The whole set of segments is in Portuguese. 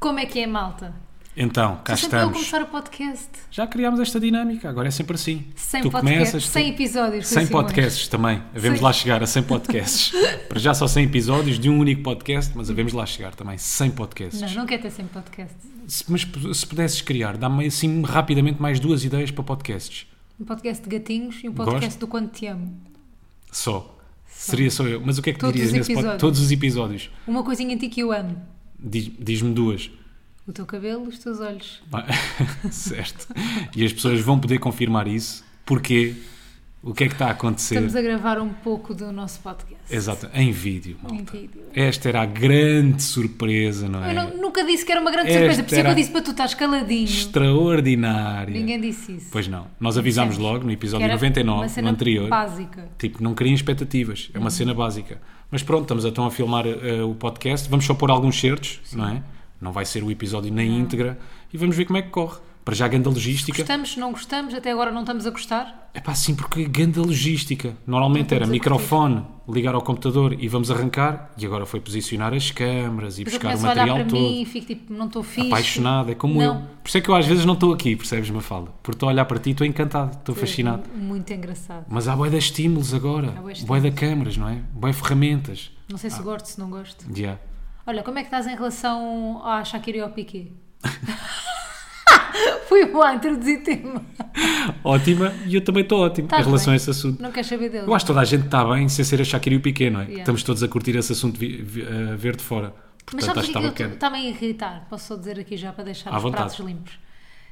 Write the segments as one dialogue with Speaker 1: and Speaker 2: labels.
Speaker 1: Como é que é, malta?
Speaker 2: Então, cá
Speaker 1: Estou sempre eu a
Speaker 2: estamos.
Speaker 1: começar o podcast.
Speaker 2: Já criámos esta dinâmica, agora é sempre assim.
Speaker 1: Sem
Speaker 2: tu
Speaker 1: podcast,
Speaker 2: começas, tu-
Speaker 1: sem episódios. Rui
Speaker 2: Sem
Speaker 1: Simões.
Speaker 2: podcasts também. Havemos
Speaker 1: Sem-
Speaker 2: lá chegar a 100 podcasts. Para já só 100 episódios de um único podcast, mas havemos lá chegar também. 100 podcasts.
Speaker 1: Não, não quero ter sem podcast.
Speaker 2: Se, mas p- se pudesses criar, dá-me assim rapidamente mais duas ideias para podcasts.
Speaker 1: Um podcast de gatinhos e um podcast
Speaker 2: Gosto.
Speaker 1: do Quanto Te Amo.
Speaker 2: Só. Seria só eu. Mas o que é que
Speaker 1: Todos
Speaker 2: dirias
Speaker 1: os
Speaker 2: nesse podcast?
Speaker 1: episódios.
Speaker 2: Todos os episódios.
Speaker 1: Uma coisinha em ti que eu amo.
Speaker 2: Diz- Diz-me duas.
Speaker 1: O teu cabelo, os teus olhos.
Speaker 2: Vai- certo. E as pessoas vão poder confirmar isso. Porquê? O que é que está a acontecer?
Speaker 1: Estamos a gravar um pouco do nosso podcast. É
Speaker 2: Exato, em vídeo,
Speaker 1: Em
Speaker 2: malta.
Speaker 1: vídeo.
Speaker 2: Esta era a grande surpresa, não
Speaker 1: Eu
Speaker 2: é?
Speaker 1: não- nunca disse que era uma grande
Speaker 2: Esta
Speaker 1: surpresa, por isso é que eu
Speaker 2: era-
Speaker 1: disse para tu estás caladinho.
Speaker 2: Extraordinária.
Speaker 1: Ninguém disse isso.
Speaker 2: Pois não. Nós avisámos
Speaker 1: Dissemos
Speaker 2: logo no
Speaker 1: Que
Speaker 2: episódio
Speaker 1: era
Speaker 2: 99,
Speaker 1: uma cena
Speaker 2: no anterior.
Speaker 1: básica.
Speaker 2: Tipo, não criem expectativas. É uma cena básica. Mas pronto, estamos então a filmar eh, o podcast. Vamos só pôr alguns certos, não é? Não vai ser o episódio na íntegra. E vamos ver como é que corre. Para já, ganda logística.
Speaker 1: Gostamos, não gostamos, até agora não estamos a gostar.
Speaker 2: É pá, sim, porque ganda logística. Normalmente era
Speaker 1: estamos a
Speaker 2: microfone, ligar ao computador e vamos arrancar. E agora foi posicionar as câmaras e
Speaker 1: Depois eu
Speaker 2: buscar o
Speaker 1: começo a olhar
Speaker 2: material
Speaker 1: para
Speaker 2: todo.
Speaker 1: mim e fico tipo, não estou fixe.
Speaker 2: apaixonada, é como
Speaker 1: Não.
Speaker 2: eu. Por isso é que eu às vezes não estou aqui, percebes, Mafalda? Porque estou a olhar para ti e estou encantado, estou fascinado.
Speaker 1: Muito engraçado.
Speaker 2: Mas há bué de estímulos agora,
Speaker 1: bué de
Speaker 2: bué de câmaras, não é? Bué de ferramentas.
Speaker 1: Não sei se gosto, se não gosto.
Speaker 2: Yeah.
Speaker 1: Olha, como é que estás em relação à Shakira e ao Piqué? Fui boa a introduzir tema.
Speaker 2: Ótima, e eu também estou ótimo
Speaker 1: Estás
Speaker 2: em relação
Speaker 1: Tá bem.
Speaker 2: a esse assunto.
Speaker 1: Não queres saber dele?
Speaker 2: Eu acho que toda a gente está bem sem ser a Shakira e o Piqué, não é?
Speaker 1: Yeah.
Speaker 2: Estamos todos a curtir esse assunto vi- vi- a ver de fora.
Speaker 1: Mas
Speaker 2: Portanto,
Speaker 1: sabes
Speaker 2: acho
Speaker 1: o
Speaker 2: que
Speaker 1: que
Speaker 2: está
Speaker 1: é que eu-
Speaker 2: bacana.
Speaker 1: está-me a irritar? Posso só dizer aqui já para deixar
Speaker 2: À
Speaker 1: os
Speaker 2: vontade.
Speaker 1: pratos limpos.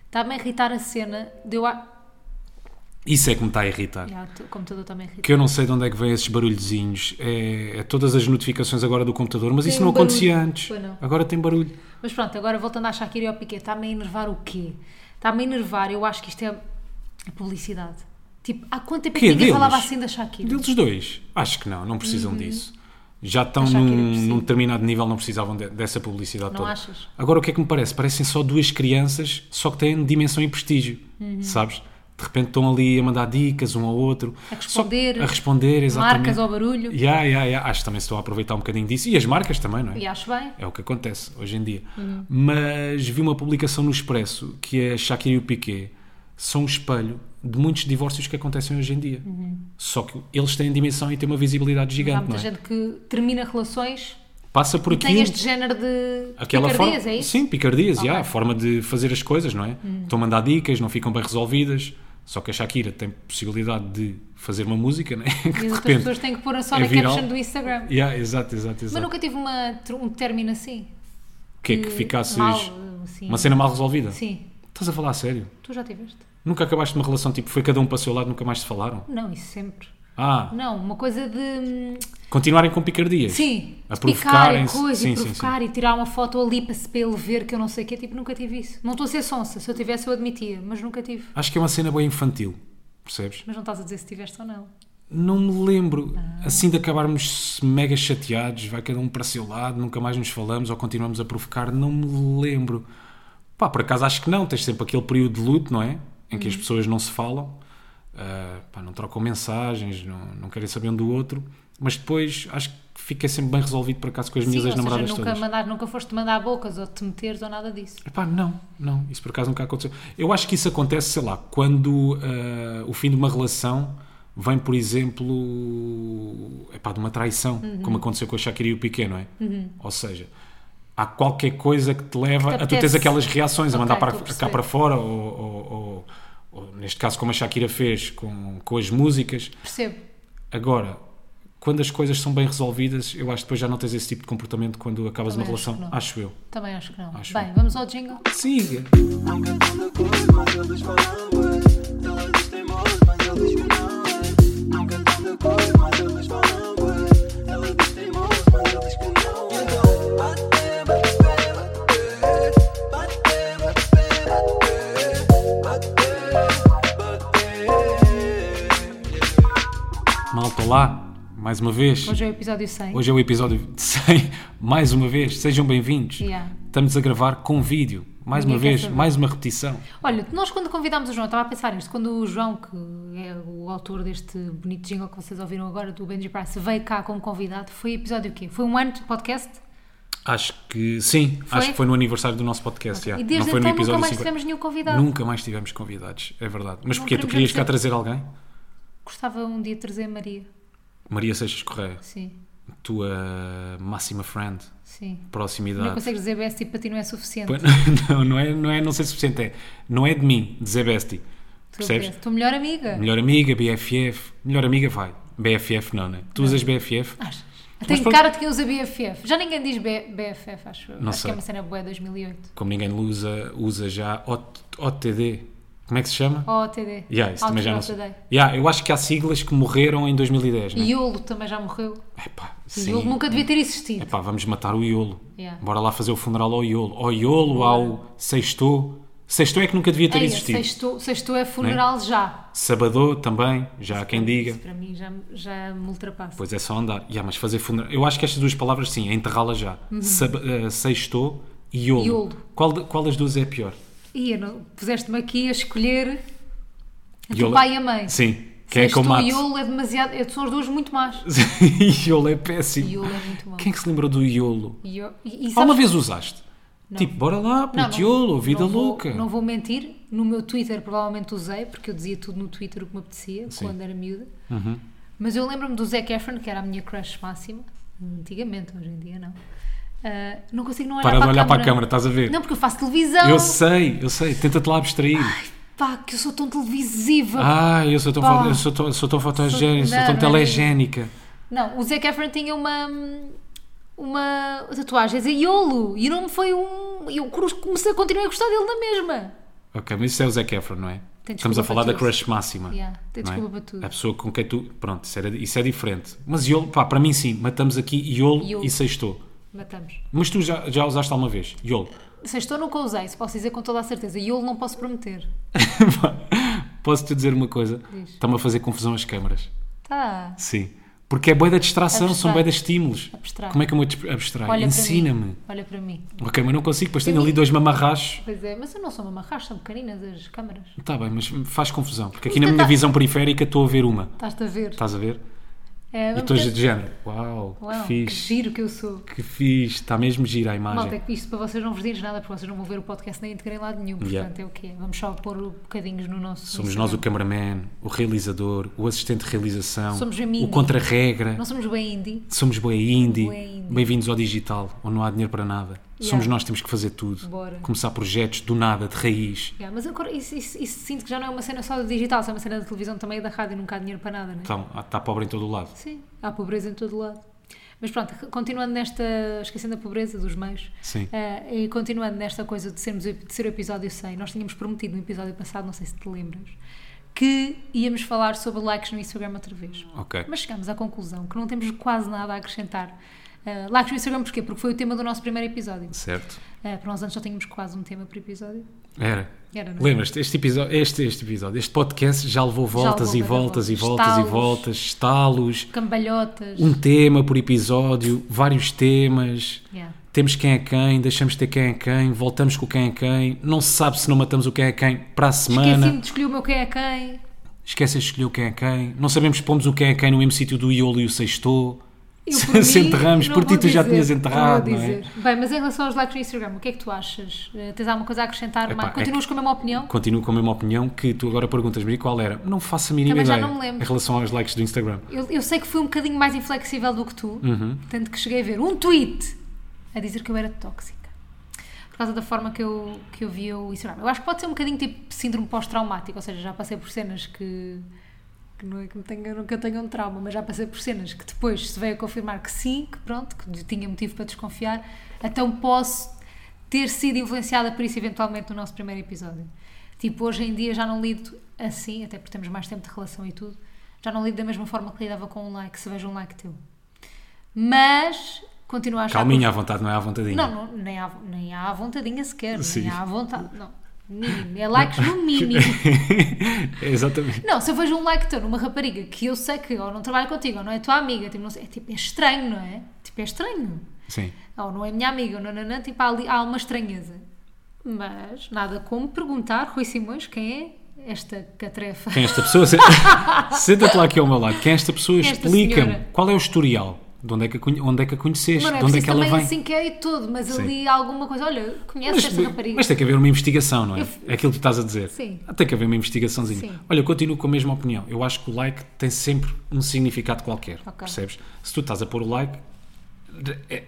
Speaker 1: Está-me a irritar a cena de eu. A...
Speaker 2: Isso é que me está a irritar.
Speaker 1: Ya, o teu computador está-me a irritar.
Speaker 2: Que eu não sei de onde é que vêm esses barulhozinhos. É, é todas as notificações agora do computador, mas
Speaker 1: Tem
Speaker 2: isso não
Speaker 1: um barulho.
Speaker 2: acontecia antes.
Speaker 1: Pois não.
Speaker 2: Agora tem barulho.
Speaker 1: Mas pronto, agora voltando à Shakira e ao Piqué, está-me a enervar o quê? Está-me a enervar, eu acho que isto é a publicidade. Tipo, há quanto tempo é que
Speaker 2: Quê?
Speaker 1: ninguém
Speaker 2: Deles?
Speaker 1: falava assim da Shakira?
Speaker 2: Deles dois? Acho que não, não precisam disso. Já estão
Speaker 1: Achar Uhum. que era
Speaker 2: num,
Speaker 1: possível.
Speaker 2: num determinado nível, não precisavam de- dessa publicidade
Speaker 1: Não
Speaker 2: toda.
Speaker 1: achas?
Speaker 2: Agora, o que é que me parece? Parecem só duas crianças, só que têm dimensão e prestígio,
Speaker 1: Uhum.
Speaker 2: sabes? De repente estão ali a mandar dicas um ao outro.
Speaker 1: A
Speaker 2: Só-
Speaker 1: responder.
Speaker 2: a responder, exatamente.
Speaker 1: Marcas ao barulho.
Speaker 2: Yeah, yeah, yeah. Acho que também se estão a aproveitar um bocadinho disso. E as marcas também, não é?
Speaker 1: E acho bem.
Speaker 2: É o que acontece hoje em dia.
Speaker 1: Uhum.
Speaker 2: Mas vi uma publicação no Expresso que é Shakira e o Piqué são um espelho de muitos divórcios que acontecem hoje em dia. Só que eles têm dimensão e têm uma visibilidade
Speaker 1: Há
Speaker 2: gigante,
Speaker 1: Uhum. muita
Speaker 2: não é?
Speaker 1: gente que termina relações
Speaker 2: Passa por
Speaker 1: tem
Speaker 2: aqui
Speaker 1: este género de
Speaker 2: aquela
Speaker 1: picardias,
Speaker 2: forma,
Speaker 1: é isso? Uhum.
Speaker 2: sim, picardias, yeah, a forma de fazer as coisas, não é? Estão a mandar dicas, não ficam bem resolvidas. Só que a Shakira tem possibilidade de fazer uma música, né? Que
Speaker 1: E
Speaker 2: de
Speaker 1: as outras
Speaker 2: repente.
Speaker 1: pessoas têm que pôr a só
Speaker 2: é
Speaker 1: na
Speaker 2: viral.
Speaker 1: caption do Instagram.
Speaker 2: Yeah, exato, exato,
Speaker 1: Mas
Speaker 2: exato.
Speaker 1: nunca tive uma, tr- um término assim.
Speaker 2: O que é que
Speaker 1: de
Speaker 2: ficasses
Speaker 1: mal, assim.
Speaker 2: uma cena mal resolvida?
Speaker 1: Sim.
Speaker 2: Estás a falar a sério?
Speaker 1: Tu já tiveste?
Speaker 2: Nunca acabaste uma relação tipo, foi cada um para o seu lado, nunca mais se falaram?
Speaker 1: Não, isso sempre.
Speaker 2: Ah,
Speaker 1: Não, uma coisa de. hum,
Speaker 2: continuarem com picardias?
Speaker 1: Sim,
Speaker 2: A
Speaker 1: de picar e
Speaker 2: provocarem-se.
Speaker 1: coisa
Speaker 2: Sim,
Speaker 1: e
Speaker 2: sim,
Speaker 1: provocar e tirar uma foto ali para, se- para ele ver que eu não sei o quê. Tipo, nunca tive isso. Não estou a ser sonsa. Se eu tivesse, eu admitia, mas nunca tive.
Speaker 2: Acho que é uma cena bem infantil, percebes?
Speaker 1: Mas não estás a dizer se tiveste ou não.
Speaker 2: Não me lembro assim de acabarmos mega chateados, vai cada um para o seu lado, nunca mais nos falamos ou continuamos a provocar, não me lembro. Pá, por acaso acho que não, tens sempre aquele período de luto, não é? Em que
Speaker 1: Uhum.
Speaker 2: as pessoas não se falam, ah, pá, não trocam mensagens, não, não querem saber um do outro, mas depois acho que fiquei sempre bem resolvido por acaso com as
Speaker 1: Sim,
Speaker 2: minhas
Speaker 1: ou seja,
Speaker 2: ex-namoradas
Speaker 1: nunca,
Speaker 2: todas.
Speaker 1: mandar, nunca foste mandar bocas ou te meteres ou nada disso.
Speaker 2: Epá, não, não, isso por acaso nunca aconteceu. Eu acho que isso acontece, sei lá, quando ah, o fim de uma relação vem, por exemplo, epá, de uma traição,
Speaker 1: Uhum.
Speaker 2: como aconteceu com a Shakira e o Piqué, não é? Ou seja, há qualquer coisa que te
Speaker 1: Que
Speaker 2: leva
Speaker 1: Uhum. te
Speaker 2: a tu teres
Speaker 1: apetece.
Speaker 2: aquelas reações, a
Speaker 1: Ok,
Speaker 2: mandar para,
Speaker 1: estou a
Speaker 2: cá
Speaker 1: perceber.
Speaker 2: para fora, ou, ou- ou- ou, neste caso, como a Shakira fez com, com as músicas.
Speaker 1: Percebo.
Speaker 2: Agora, quando as coisas são bem resolvidas, eu acho que depois já não tens esse tipo de comportamento quando acabas
Speaker 1: Também
Speaker 2: uma
Speaker 1: acho que
Speaker 2: relação,
Speaker 1: não.
Speaker 2: acho eu.
Speaker 1: Também acho que não.
Speaker 2: Acho.
Speaker 1: Bem, vamos ao jingle.
Speaker 2: Siga!
Speaker 3: Não canto da cor, mas eles falam bué. Ela diz teimoso, mas ele diz que não é. Não canto da cor, mas eles falam bué. Ela diz teimoso, mas ele diz que não é. Então, bate, bate, bate, bate. Bate, bate, bate, bate. Yeah.
Speaker 2: Malta lá, mais uma vez.
Speaker 1: Hoje
Speaker 2: Hoje,
Speaker 1: é o episódio 100.
Speaker 2: é o episódio de 100, mais uma vez. Sejam bem-vindos.
Speaker 1: Yeah.
Speaker 2: Estamos a gravar com vídeo. Mais uma
Speaker 1: Ninguém quer
Speaker 2: vez,
Speaker 1: saber.
Speaker 2: mais uma repetição.
Speaker 1: Olha, nós quando convidámos o João, eu estava a pensar nisto, quando o João, que é o autor deste bonito jingle que vocês ouviram agora, do Benji Price, veio cá como convidado, foi episódio o quê? Foi um ano de podcast?
Speaker 2: Acho que sim,
Speaker 1: Foi?
Speaker 2: acho que foi no aniversário do nosso podcast. já.
Speaker 1: E
Speaker 2: Não
Speaker 1: desde
Speaker 2: foi
Speaker 1: então
Speaker 2: no
Speaker 1: nunca
Speaker 2: episódio
Speaker 1: mais
Speaker 2: 50.
Speaker 1: tivemos nenhum convidado.
Speaker 2: Nunca mais tivemos convidados, é verdade. Mas
Speaker 1: Não
Speaker 2: porquê? Tu
Speaker 1: queremos
Speaker 2: querias cá
Speaker 1: apresentar-
Speaker 2: trazer alguém?
Speaker 1: Gostava um dia de trazer a Maria.
Speaker 2: Maria Seixas Correia,
Speaker 1: Sim,
Speaker 2: tua máxima friend,
Speaker 1: sim. Não
Speaker 2: proximidade.
Speaker 1: consegues dizer BS tipo para ti não é suficiente.
Speaker 2: Pois- Não, não é, não é não sei se suficiente, é. Não é de mim, dizer bestie.
Speaker 1: Tu
Speaker 2: Percebes?
Speaker 1: BS. Tua melhor amiga.
Speaker 2: É. Melhor amiga, BFF. Melhor amiga vai. BFF não, né? Tu
Speaker 1: É.
Speaker 2: usas BFF?
Speaker 1: Achas? Tem
Speaker 2: pronto.
Speaker 1: cara de quem usa BFF. Já ninguém diz B- BFF, acho eu.
Speaker 2: Não
Speaker 1: acho
Speaker 2: sei.
Speaker 1: que é uma cena boa 2008.
Speaker 2: Como ninguém usa, usa já OT- OTD. Como é que se chama?
Speaker 1: Ou OTD.
Speaker 2: Yeah, isso também já não sei.
Speaker 1: Alternate Day.
Speaker 2: Yeah, eu acho que há siglas que morreram em 2010, né?
Speaker 1: E Iolo também já morreu.
Speaker 2: Epá,
Speaker 1: Sim.
Speaker 2: sim.
Speaker 1: Iolo nunca devia ter existido.
Speaker 2: Epá, vamos matar o Iolo.
Speaker 1: Yeah.
Speaker 2: Bora lá fazer o funeral ao Iolo. Ao Iolo,
Speaker 1: Bora.
Speaker 2: ao Sextou. Sextou é que nunca devia ter
Speaker 1: Eia,
Speaker 2: existido.
Speaker 1: sexto, sexto é funeral já.
Speaker 2: Sabadou também, já há quem diga.
Speaker 1: Isso para mim já, já me ultrapassa.
Speaker 2: Pois é só andar. Yeah, mas fazer funeral. Eu acho que estas duas palavras sim, é enterrá-la já. Sab- eh, sextou e Iolo.
Speaker 1: Uhum. Iolo.
Speaker 2: Qual, de- qual das duas é a pior?
Speaker 1: E eu não- puseste-me aqui a escolher entre o
Speaker 2: Iolo-
Speaker 1: É pai e a mãe.
Speaker 2: é- Sim. Quem é que eu
Speaker 1: Sexto
Speaker 2: mato?
Speaker 1: e Iolo é demasiado. é- São as duas muito más.
Speaker 2: Iolo é péssimo.
Speaker 1: Iolo é muito mau.
Speaker 2: Quem é que se lembrou do Iolo?
Speaker 1: Io- E, e sabes-
Speaker 2: Alguma vez usaste? Tipo, bora lá, putiolo, vida
Speaker 1: não vou-
Speaker 2: louca.
Speaker 1: não vou mentir, no meu Twitter provavelmente usei, porque eu dizia tudo no Twitter o que me apetecia
Speaker 2: Sim. Uhum.
Speaker 1: quando era miúda. Mas eu lembro-me do Zac Efron, que era a minha crush máxima, antigamente, hoje em dia não. Ah, não consigo não olhar
Speaker 2: Para de
Speaker 1: para,
Speaker 2: olhar
Speaker 1: a
Speaker 2: para a
Speaker 1: câmara.
Speaker 2: câmara, estás a ver?
Speaker 1: Não, porque eu faço televisão.
Speaker 2: Eu sei, eu sei, tenta-te lá abstrair.
Speaker 1: Pá, que eu sou tão televisiva.
Speaker 2: Ah, eu sou tão,
Speaker 1: Pá.
Speaker 2: fo- eu sou tão, sou tão fotogénica, sou,
Speaker 1: Não,
Speaker 2: tão
Speaker 1: não é
Speaker 2: telegénica.
Speaker 1: Não, o Zac Efron tinha uma uma tatuagem a dizer YOLO e o nome foi um... Eu cru- comecei, continuei a gostar dele na mesma.
Speaker 2: Ok, mas isso é o Zac Efron, não é?
Speaker 1: Tem
Speaker 2: Estamos
Speaker 1: desculpa
Speaker 2: a falar
Speaker 1: para
Speaker 2: da
Speaker 1: tudo.
Speaker 2: crush máxima.
Speaker 1: Yeah, tem
Speaker 2: não é?
Speaker 1: desculpa para tudo.
Speaker 2: A pessoa com quem tu. Pronto, isso, era- isso é diferente. Mas Iolo, pá, para mim sim, matamos aqui Iolo,
Speaker 1: Iolo.
Speaker 2: e Sextou.
Speaker 1: Matamos.
Speaker 2: Mas tu já, já usaste alguma vez? Iolo.
Speaker 1: Sextou nunca usei, isso posso dizer com toda a certeza. YOLO não posso prometer.
Speaker 2: Posso-te dizer uma coisa?
Speaker 1: Diz.
Speaker 2: Está-me a fazer confusão as câmaras.
Speaker 1: Tá.
Speaker 2: Sim. Porque é bué da distração, são
Speaker 1: Abstrai.
Speaker 2: bué de estímulos.
Speaker 1: Abstrai.
Speaker 2: Como é que eu me abs- abstraio?
Speaker 1: Olha para
Speaker 2: Ensina-me.
Speaker 1: mim. Olha para mim.
Speaker 2: Ok, mas não consigo, pois tenho ali dois mamarrachos.
Speaker 1: Pois é, mas eu não sou uma marracha, são pequeninas as câmaras.
Speaker 2: Está bem, mas faz confusão. Porque aqui
Speaker 1: Mas
Speaker 2: na minha
Speaker 1: tenta-
Speaker 2: visão periférica estou a ver uma.
Speaker 1: Estás-te a ver?
Speaker 2: Estás a ver?
Speaker 1: É,
Speaker 2: Tá. E
Speaker 1: vamos
Speaker 2: estou
Speaker 1: ter-
Speaker 2: de género. Uau,
Speaker 1: Uau,
Speaker 2: que
Speaker 1: que
Speaker 2: fixe.
Speaker 1: giro que eu sou.
Speaker 2: Que fixe. Está mesmo gira a
Speaker 1: Malta, é
Speaker 2: imagem.
Speaker 1: que isto para vocês não vos diz nada, porque vocês não vão ver o podcast nem integrem lado nenhum. Portanto,
Speaker 2: Yeah.
Speaker 1: é o quê? Vamos só pôr bocadinhos no nosso.
Speaker 2: Somos
Speaker 1: Instagram.
Speaker 2: nós o cameraman, o realizador, o assistente de realização,
Speaker 1: Somos amigos.
Speaker 2: o contra-regra.
Speaker 1: Não somos bem indie.
Speaker 2: Somos boa indie.
Speaker 1: Bué indie.
Speaker 2: Bem-vindos ao digital, onde não há dinheiro para nada.
Speaker 1: Yeah.
Speaker 2: Somos nós que temos que fazer tudo.
Speaker 1: Bora.
Speaker 2: Começar projetos do nada, de raiz.
Speaker 1: Yeah, mas agora isso, isso- isso sinto que já não é uma cena só do digital, isso é uma cena da televisão também e da rádio, nunca há dinheiro para nada, né?
Speaker 2: Então, está pobre em todo o lado.
Speaker 1: Sim, há pobreza em todo o lado. Mas pronto, continuando nesta. esquecendo a pobreza dos meios.
Speaker 2: Sim.
Speaker 1: eh, e continuando nesta coisa de, sermos, de ser o episódio 100, nós tínhamos prometido no episódio passado, não sei se te lembras, que íamos falar sobre likes no Instagram outra vez.
Speaker 2: Ok.
Speaker 1: Mas chegámos à conclusão que não temos quase nada a acrescentar. Eh, likes no Instagram porquê? Porque foi o tema do nosso primeiro episódio.
Speaker 2: Certo.
Speaker 1: Eh, por uns anos só tínhamos quase um tema por episódio.
Speaker 2: Era.
Speaker 1: Era, não é?
Speaker 2: Lembras-te, este episódio, este, este episódio, este podcast já levou
Speaker 1: levou
Speaker 2: voltas e
Speaker 1: bué da
Speaker 2: voltas e
Speaker 1: voltas.
Speaker 2: voltas e voltas, estalos,
Speaker 1: Cambalhotas.
Speaker 2: um tema por episódio, vários temas.
Speaker 1: Yeah.
Speaker 2: Temos quem é quem, deixamos de ter quem é quem, voltamos com o quem é quem, não se sabe se não matamos o quem é quem para a
Speaker 1: Esqueci-me
Speaker 2: semana,
Speaker 1: de escolher o meu quem é quem.
Speaker 2: esquece de escolher o quem é quem, não sabemos se pomos o quem é quem no mesmo sítio do Iolo e o Sextou,
Speaker 1: Eu,
Speaker 2: se,
Speaker 1: por
Speaker 2: se
Speaker 1: mim,
Speaker 2: enterramos,
Speaker 1: não
Speaker 2: por ti
Speaker 1: vou
Speaker 2: tu já
Speaker 1: dizer,
Speaker 2: tinhas enterrado,
Speaker 1: vou
Speaker 2: não é?
Speaker 1: dizer. Bem, mas em relação aos likes no Instagram, o que é que tu achas? Eh, tens alguma coisa a acrescentar?
Speaker 2: Epá,
Speaker 1: mais?
Speaker 2: é
Speaker 1: Continuas com a mesma opinião?
Speaker 2: Continuo com a mesma opinião que tu agora perguntas-me e qual era. Não faço a mínima
Speaker 1: Também já
Speaker 2: ideia
Speaker 1: não me lembro.
Speaker 2: em relação aos likes do Instagram.
Speaker 1: Eu, eu sei que fui um bocadinho mais inflexível do que tu,
Speaker 2: Uhum.
Speaker 1: tanto que cheguei a ver um tweet a dizer que eu era tóxica. Por causa da forma que eu, que eu via o Instagram. Eu acho que pode ser um bocadinho tipo síndrome pós-traumático, ou seja, já passei por cenas que. que não é que, me tenha, nunca tenha um trauma, mas já passei por cenas que depois se veio a confirmar que sim, que pronto, que tinha motivo para desconfiar, então posso ter sido influenciada por isso eventualmente no nosso primeiro episódio. Tipo, hoje em dia já não lido assim, até porque temos mais tempo de relação e tudo, já não lido da mesma forma que lidava com um like, se vejo um like teu. Mas, continuo a achar...
Speaker 2: Calminha à vontade, não é à vontadinha.
Speaker 1: Não, não, nem, há, nem há à vontadinha sequer,
Speaker 2: Sim.
Speaker 1: nem há à vontade, não. Mínimo, é likes no mínimo.
Speaker 2: Exatamente.
Speaker 1: Não, se eu vejo um like teu numa rapariga que eu sei que ou não trabalha contigo ou não é tua amiga, tipo, não sei, é, tipo, é estranho, não é? Tipo, é estranho.
Speaker 2: Sim.
Speaker 1: Ou não é minha amiga, ou não, não, não, tipo, há, ali, há uma estranheza. Mas nada como perguntar, Rui Simões, quem é esta catrefa?
Speaker 2: Quem é esta pessoa? Se- Senta-te lá aqui ao meu lado. Quem é esta pessoa?
Speaker 1: Quem é esta
Speaker 2: Explica-me.
Speaker 1: senhora?
Speaker 2: Qual é o historial? De onde é que a, conhe- onde é que a conheceste?
Speaker 1: Mas não é
Speaker 2: de onde é
Speaker 1: preciso
Speaker 2: que ela
Speaker 1: também
Speaker 2: vem?
Speaker 1: assim que é e tudo, mas
Speaker 2: Sim.
Speaker 1: ali há alguma coisa. Olha, conheces
Speaker 2: Mas,
Speaker 1: esta rapariga?
Speaker 2: mas tem que haver uma investigação, não é?
Speaker 1: Eu f-
Speaker 2: É aquilo que tu estás a dizer. Ah,
Speaker 1: Sim.
Speaker 2: Tem que haver uma investigaçãozinha.
Speaker 1: Sim.
Speaker 2: Olha, eu continuo com a mesma opinião. Eu acho que o like tem sempre um significado qualquer.
Speaker 1: Ok.
Speaker 2: Percebes? Se tu estás a pôr o like, de- é-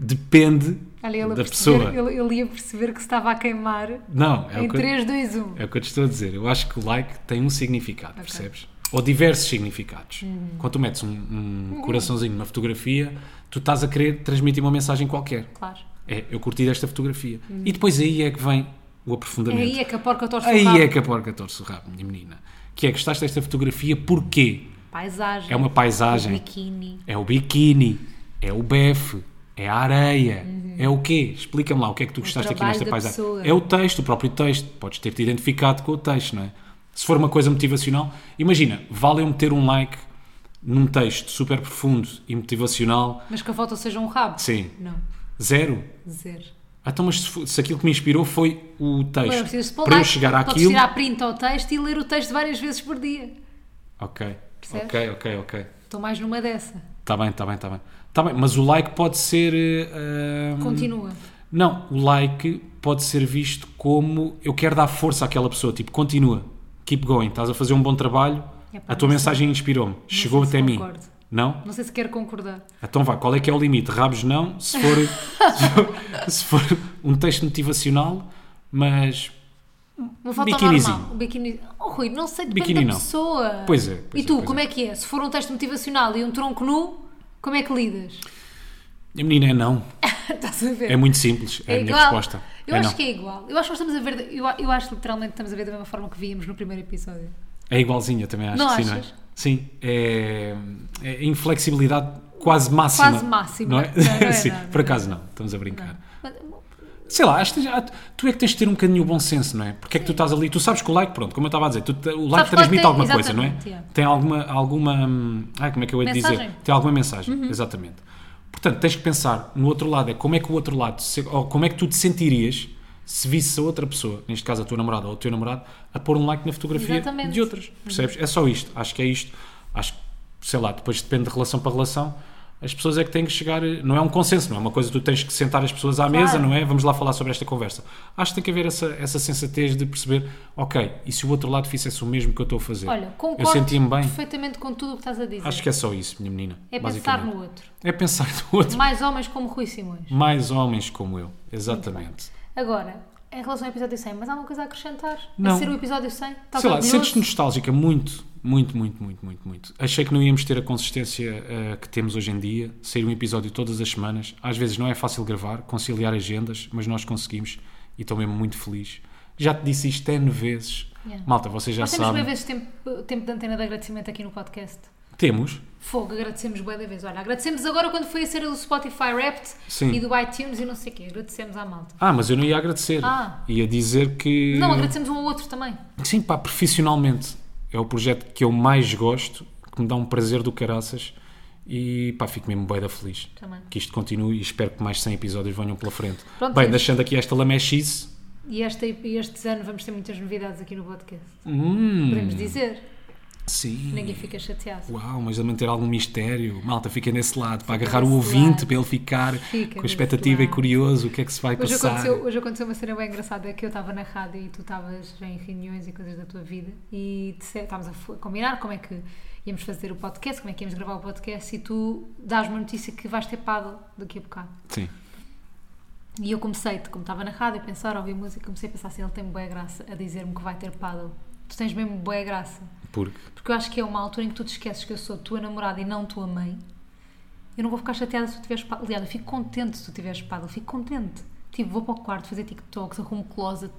Speaker 2: depende
Speaker 1: Olha, ele, a
Speaker 2: da
Speaker 1: perceber-
Speaker 2: pessoa.
Speaker 1: ele- ele ia perceber que se estava a queimar
Speaker 2: Não, é
Speaker 1: em um.
Speaker 2: o, que, eu-
Speaker 1: 3, 2, 1.
Speaker 2: é o que eu te estou a dizer. Eu acho que o like tem um significado, percebes? Ou diversos significados.
Speaker 1: Hum.
Speaker 2: Quando tu metes um, um
Speaker 1: Uhum.
Speaker 2: coraçãozinho numa fotografia, tu estás a querer transmitir uma mensagem qualquer.
Speaker 1: Claro.
Speaker 2: É, eu curti desta fotografia. E depois aí é que vem o aprofundamento.
Speaker 1: Aí Hum. é que a porca torce o
Speaker 2: Aí
Speaker 1: rabo.
Speaker 2: é que a porca torce o rabo, minha menina. Que é, gostaste desta fotografia porquê?
Speaker 1: Paisagem.
Speaker 2: É uma paisagem.
Speaker 1: Biquíni.
Speaker 2: É o biquíni, é o befe, é a areia, é o quê? Explica-me lá o que é que tu gostaste aqui
Speaker 1: trabalho
Speaker 2: nesta
Speaker 1: da
Speaker 2: paisagem.
Speaker 1: pessoa.
Speaker 2: É o texto, o próprio texto. Podes ter-te identificado com o texto, não é? Se for uma coisa motivacional, imagina, vale eu meter um like num texto super profundo e motivacional,
Speaker 1: Mas que a foto seja um rabo?
Speaker 2: sim,
Speaker 1: Não,
Speaker 2: zero.
Speaker 1: zero.
Speaker 2: Ah, Então, mas se, fo- se aquilo que me inspirou foi
Speaker 1: Mas
Speaker 2: o
Speaker 1: não
Speaker 2: texto,
Speaker 1: precisas de pôr
Speaker 2: para eu
Speaker 1: like,
Speaker 2: chegar
Speaker 1: Podes
Speaker 2: àquilo...
Speaker 1: tirar print ao texto e ler o texto várias vezes por dia.
Speaker 2: Ok,
Speaker 1: Percebes?
Speaker 2: ok, ok, ok.
Speaker 1: Estou mais numa dessa.
Speaker 2: Está bem, está bem, está bem. Tá bem, mas o like pode ser. eh, ahm,
Speaker 1: Continua.
Speaker 2: Não, o like pode ser visto como eu quero dar força àquela pessoa. Tipo, continua, keep going, estás a fazer um bom trabalho,
Speaker 1: Epá,
Speaker 2: a
Speaker 1: não
Speaker 2: tua
Speaker 1: sei.
Speaker 2: mensagem inspirou-me, chegou
Speaker 1: sei se
Speaker 2: até mim.
Speaker 1: concordo.
Speaker 2: Não?
Speaker 1: Não sei se quero concordar.
Speaker 2: Então vá, qual é que é o limite? Rabos não, se for, se for, se for um texto motivacional, mas.
Speaker 1: Uma foto
Speaker 2: Biquinizinho.
Speaker 1: normal. Um biquini... Oh, Rui, não sei, depende
Speaker 2: Biquini
Speaker 1: da
Speaker 2: não.
Speaker 1: pessoa.
Speaker 2: Pois é, pois
Speaker 1: e
Speaker 2: é,
Speaker 1: tu,
Speaker 2: pois
Speaker 1: como
Speaker 2: é.
Speaker 1: é. que é? Se for um texto motivacional e um tronco nu, como é que lidas?
Speaker 2: A menina é não,
Speaker 1: Estás a ver?
Speaker 2: é muito simples, é, a minha resposta.
Speaker 1: Eu
Speaker 2: é
Speaker 1: acho
Speaker 2: não.
Speaker 1: que é igual. Eu acho que nós estamos a ver. Eu, eu acho literalmente que estamos a ver da mesma forma que víamos no primeiro episódio.
Speaker 2: É igualzinho, eu também acho
Speaker 1: Não
Speaker 2: que sim, não é?
Speaker 1: achas?
Speaker 2: Sim, é, é inflexibilidade quase máxima.
Speaker 1: Quase máxima.
Speaker 2: Não é?
Speaker 1: Não, não é
Speaker 2: sim,
Speaker 1: nada.
Speaker 2: por acaso não, estamos a brincar.
Speaker 1: Mas,
Speaker 2: Sei lá, acho que já- tu é que tens de ter um bocadinho o bom senso, não é? Porque é que tu estás ali, tu sabes que o like, pronto, como eu estava a dizer, tu te- o like
Speaker 1: que o like
Speaker 2: transmite
Speaker 1: tem-
Speaker 2: alguma coisa, não é?
Speaker 1: exatamente, yeah.
Speaker 2: Tem alguma, alguma, hum, ai, como é que eu ia dizer?
Speaker 1: Mensagem. Uhum.
Speaker 2: Tem alguma mensagem, exatamente. Portanto, tens que pensar no outro lado, é como é que o outro lado, se- ou como é que tu te sentirias se visse a outra pessoa, neste caso a tua namorada ou o teu namorado, a pôr um like na fotografia
Speaker 1: Exatamente.
Speaker 2: de outras, percebes? É só isto, acho que é isto, acho que, sei lá, depois depende de relação para relação, as pessoas é que têm que chegar, não é um consenso, não é uma coisa que tu tens que sentar as pessoas à mesa, não é? Vamos lá falar sobre esta conversa. Acho que tem que haver essa, essa sensatez de perceber, ok, e se o outro lado fizesse o mesmo que eu estou a fazer?
Speaker 1: olha,
Speaker 2: eu
Speaker 1: concordo
Speaker 2: sentia-me bem.
Speaker 1: perfeitamente com tudo o que estás a dizer.
Speaker 2: Acho que é só isso, minha menina.
Speaker 1: é pensar no outro.
Speaker 2: É pensar no outro.
Speaker 1: Mais homens como Rui Simões.
Speaker 2: Mais homens como eu, exatamente.
Speaker 1: Agora, em relação ao episódio 100, mas há uma coisa a acrescentar?
Speaker 2: Não.
Speaker 1: A ser o episódio Tá 100? Estás
Speaker 2: Sei lá,
Speaker 1: orgulhoso?
Speaker 2: sentes-te nostálgica muito, muito, muito, muito, muito, muito. Achei que não íamos ter a consistência eh, que temos hoje em dia, sair um episódio todas as semanas. Às vezes não é fácil gravar, conciliar agendas, mas nós conseguimos e estou mesmo muito feliz. Já te disse isto N vezes.
Speaker 1: Yeah.
Speaker 2: Malta, vocês já
Speaker 1: Nós temos
Speaker 2: sabem.
Speaker 1: bem vezes tempo, tempo de antena de agradecimento aqui no podcast.
Speaker 2: Temos.
Speaker 1: Fogo, agradecemos bué da vez. Olha, agradecemos agora quando foi a ser do Spotify Wrapped
Speaker 2: Sim.
Speaker 1: e do iTunes e não sei o quê. Agradecemos à malta.
Speaker 2: Ah, mas eu não ia agradecer.
Speaker 1: Ah.
Speaker 2: Ia dizer que.
Speaker 1: Não, agradecemos um ao outro também.
Speaker 2: Sim, pá, profissionalmente. É o projeto que eu mais gosto, que me dá um prazer do caraças e pá, fico mesmo bué da feliz.
Speaker 1: Também.
Speaker 2: Que isto continue e espero que mais 100 episódios venham pela frente.
Speaker 1: Pronto,
Speaker 2: Bem,
Speaker 1: sim.
Speaker 2: deixando aqui esta lamechice.
Speaker 1: E este, e estes anos vamos ter muitas novidades aqui no podcast.
Speaker 2: Hum,
Speaker 1: Podemos dizer.
Speaker 2: sim.
Speaker 1: Ninguém fica chateado.
Speaker 2: Uau, mas a manter algum mistério. Malta, fiquem nesse lado, para agarrar o
Speaker 1: desse
Speaker 2: ouvinte,
Speaker 1: lado.
Speaker 2: para ele ficar
Speaker 1: Fica
Speaker 2: com a
Speaker 1: desse
Speaker 2: expectativa e
Speaker 1: lado.
Speaker 2: curioso, o que é que se vai
Speaker 1: Hoje
Speaker 2: passar.
Speaker 1: aconteceu, hoje aconteceu uma cena bem engraçada, é que eu estava na rádio e tu estavas em reuniões e coisas da tua vida e disse- estávamos a f- combinar como é que íamos fazer o podcast, como é que íamos gravar o podcast e tu dás-me a notícia que vais ter paddle daqui a bocado.
Speaker 2: Sim.
Speaker 1: E eu comecei, como estava na rádio, a pensar, a ouvir música, comecei a pensar assim, ele tem boa graça a dizer-me que vai ter paddle. Tu tens mesmo boa graça.
Speaker 2: Porque.
Speaker 1: Porque eu acho que é uma altura em que tu te esqueces que eu sou tua namorada e não tua mãe. Eu não vou ficar chateada se tu tiveres paddle. Aliás, eu fico contente se tu tiveres paddle. Fico contente. Tipo, vou para o quarto fazer TikToks, arrumo closet,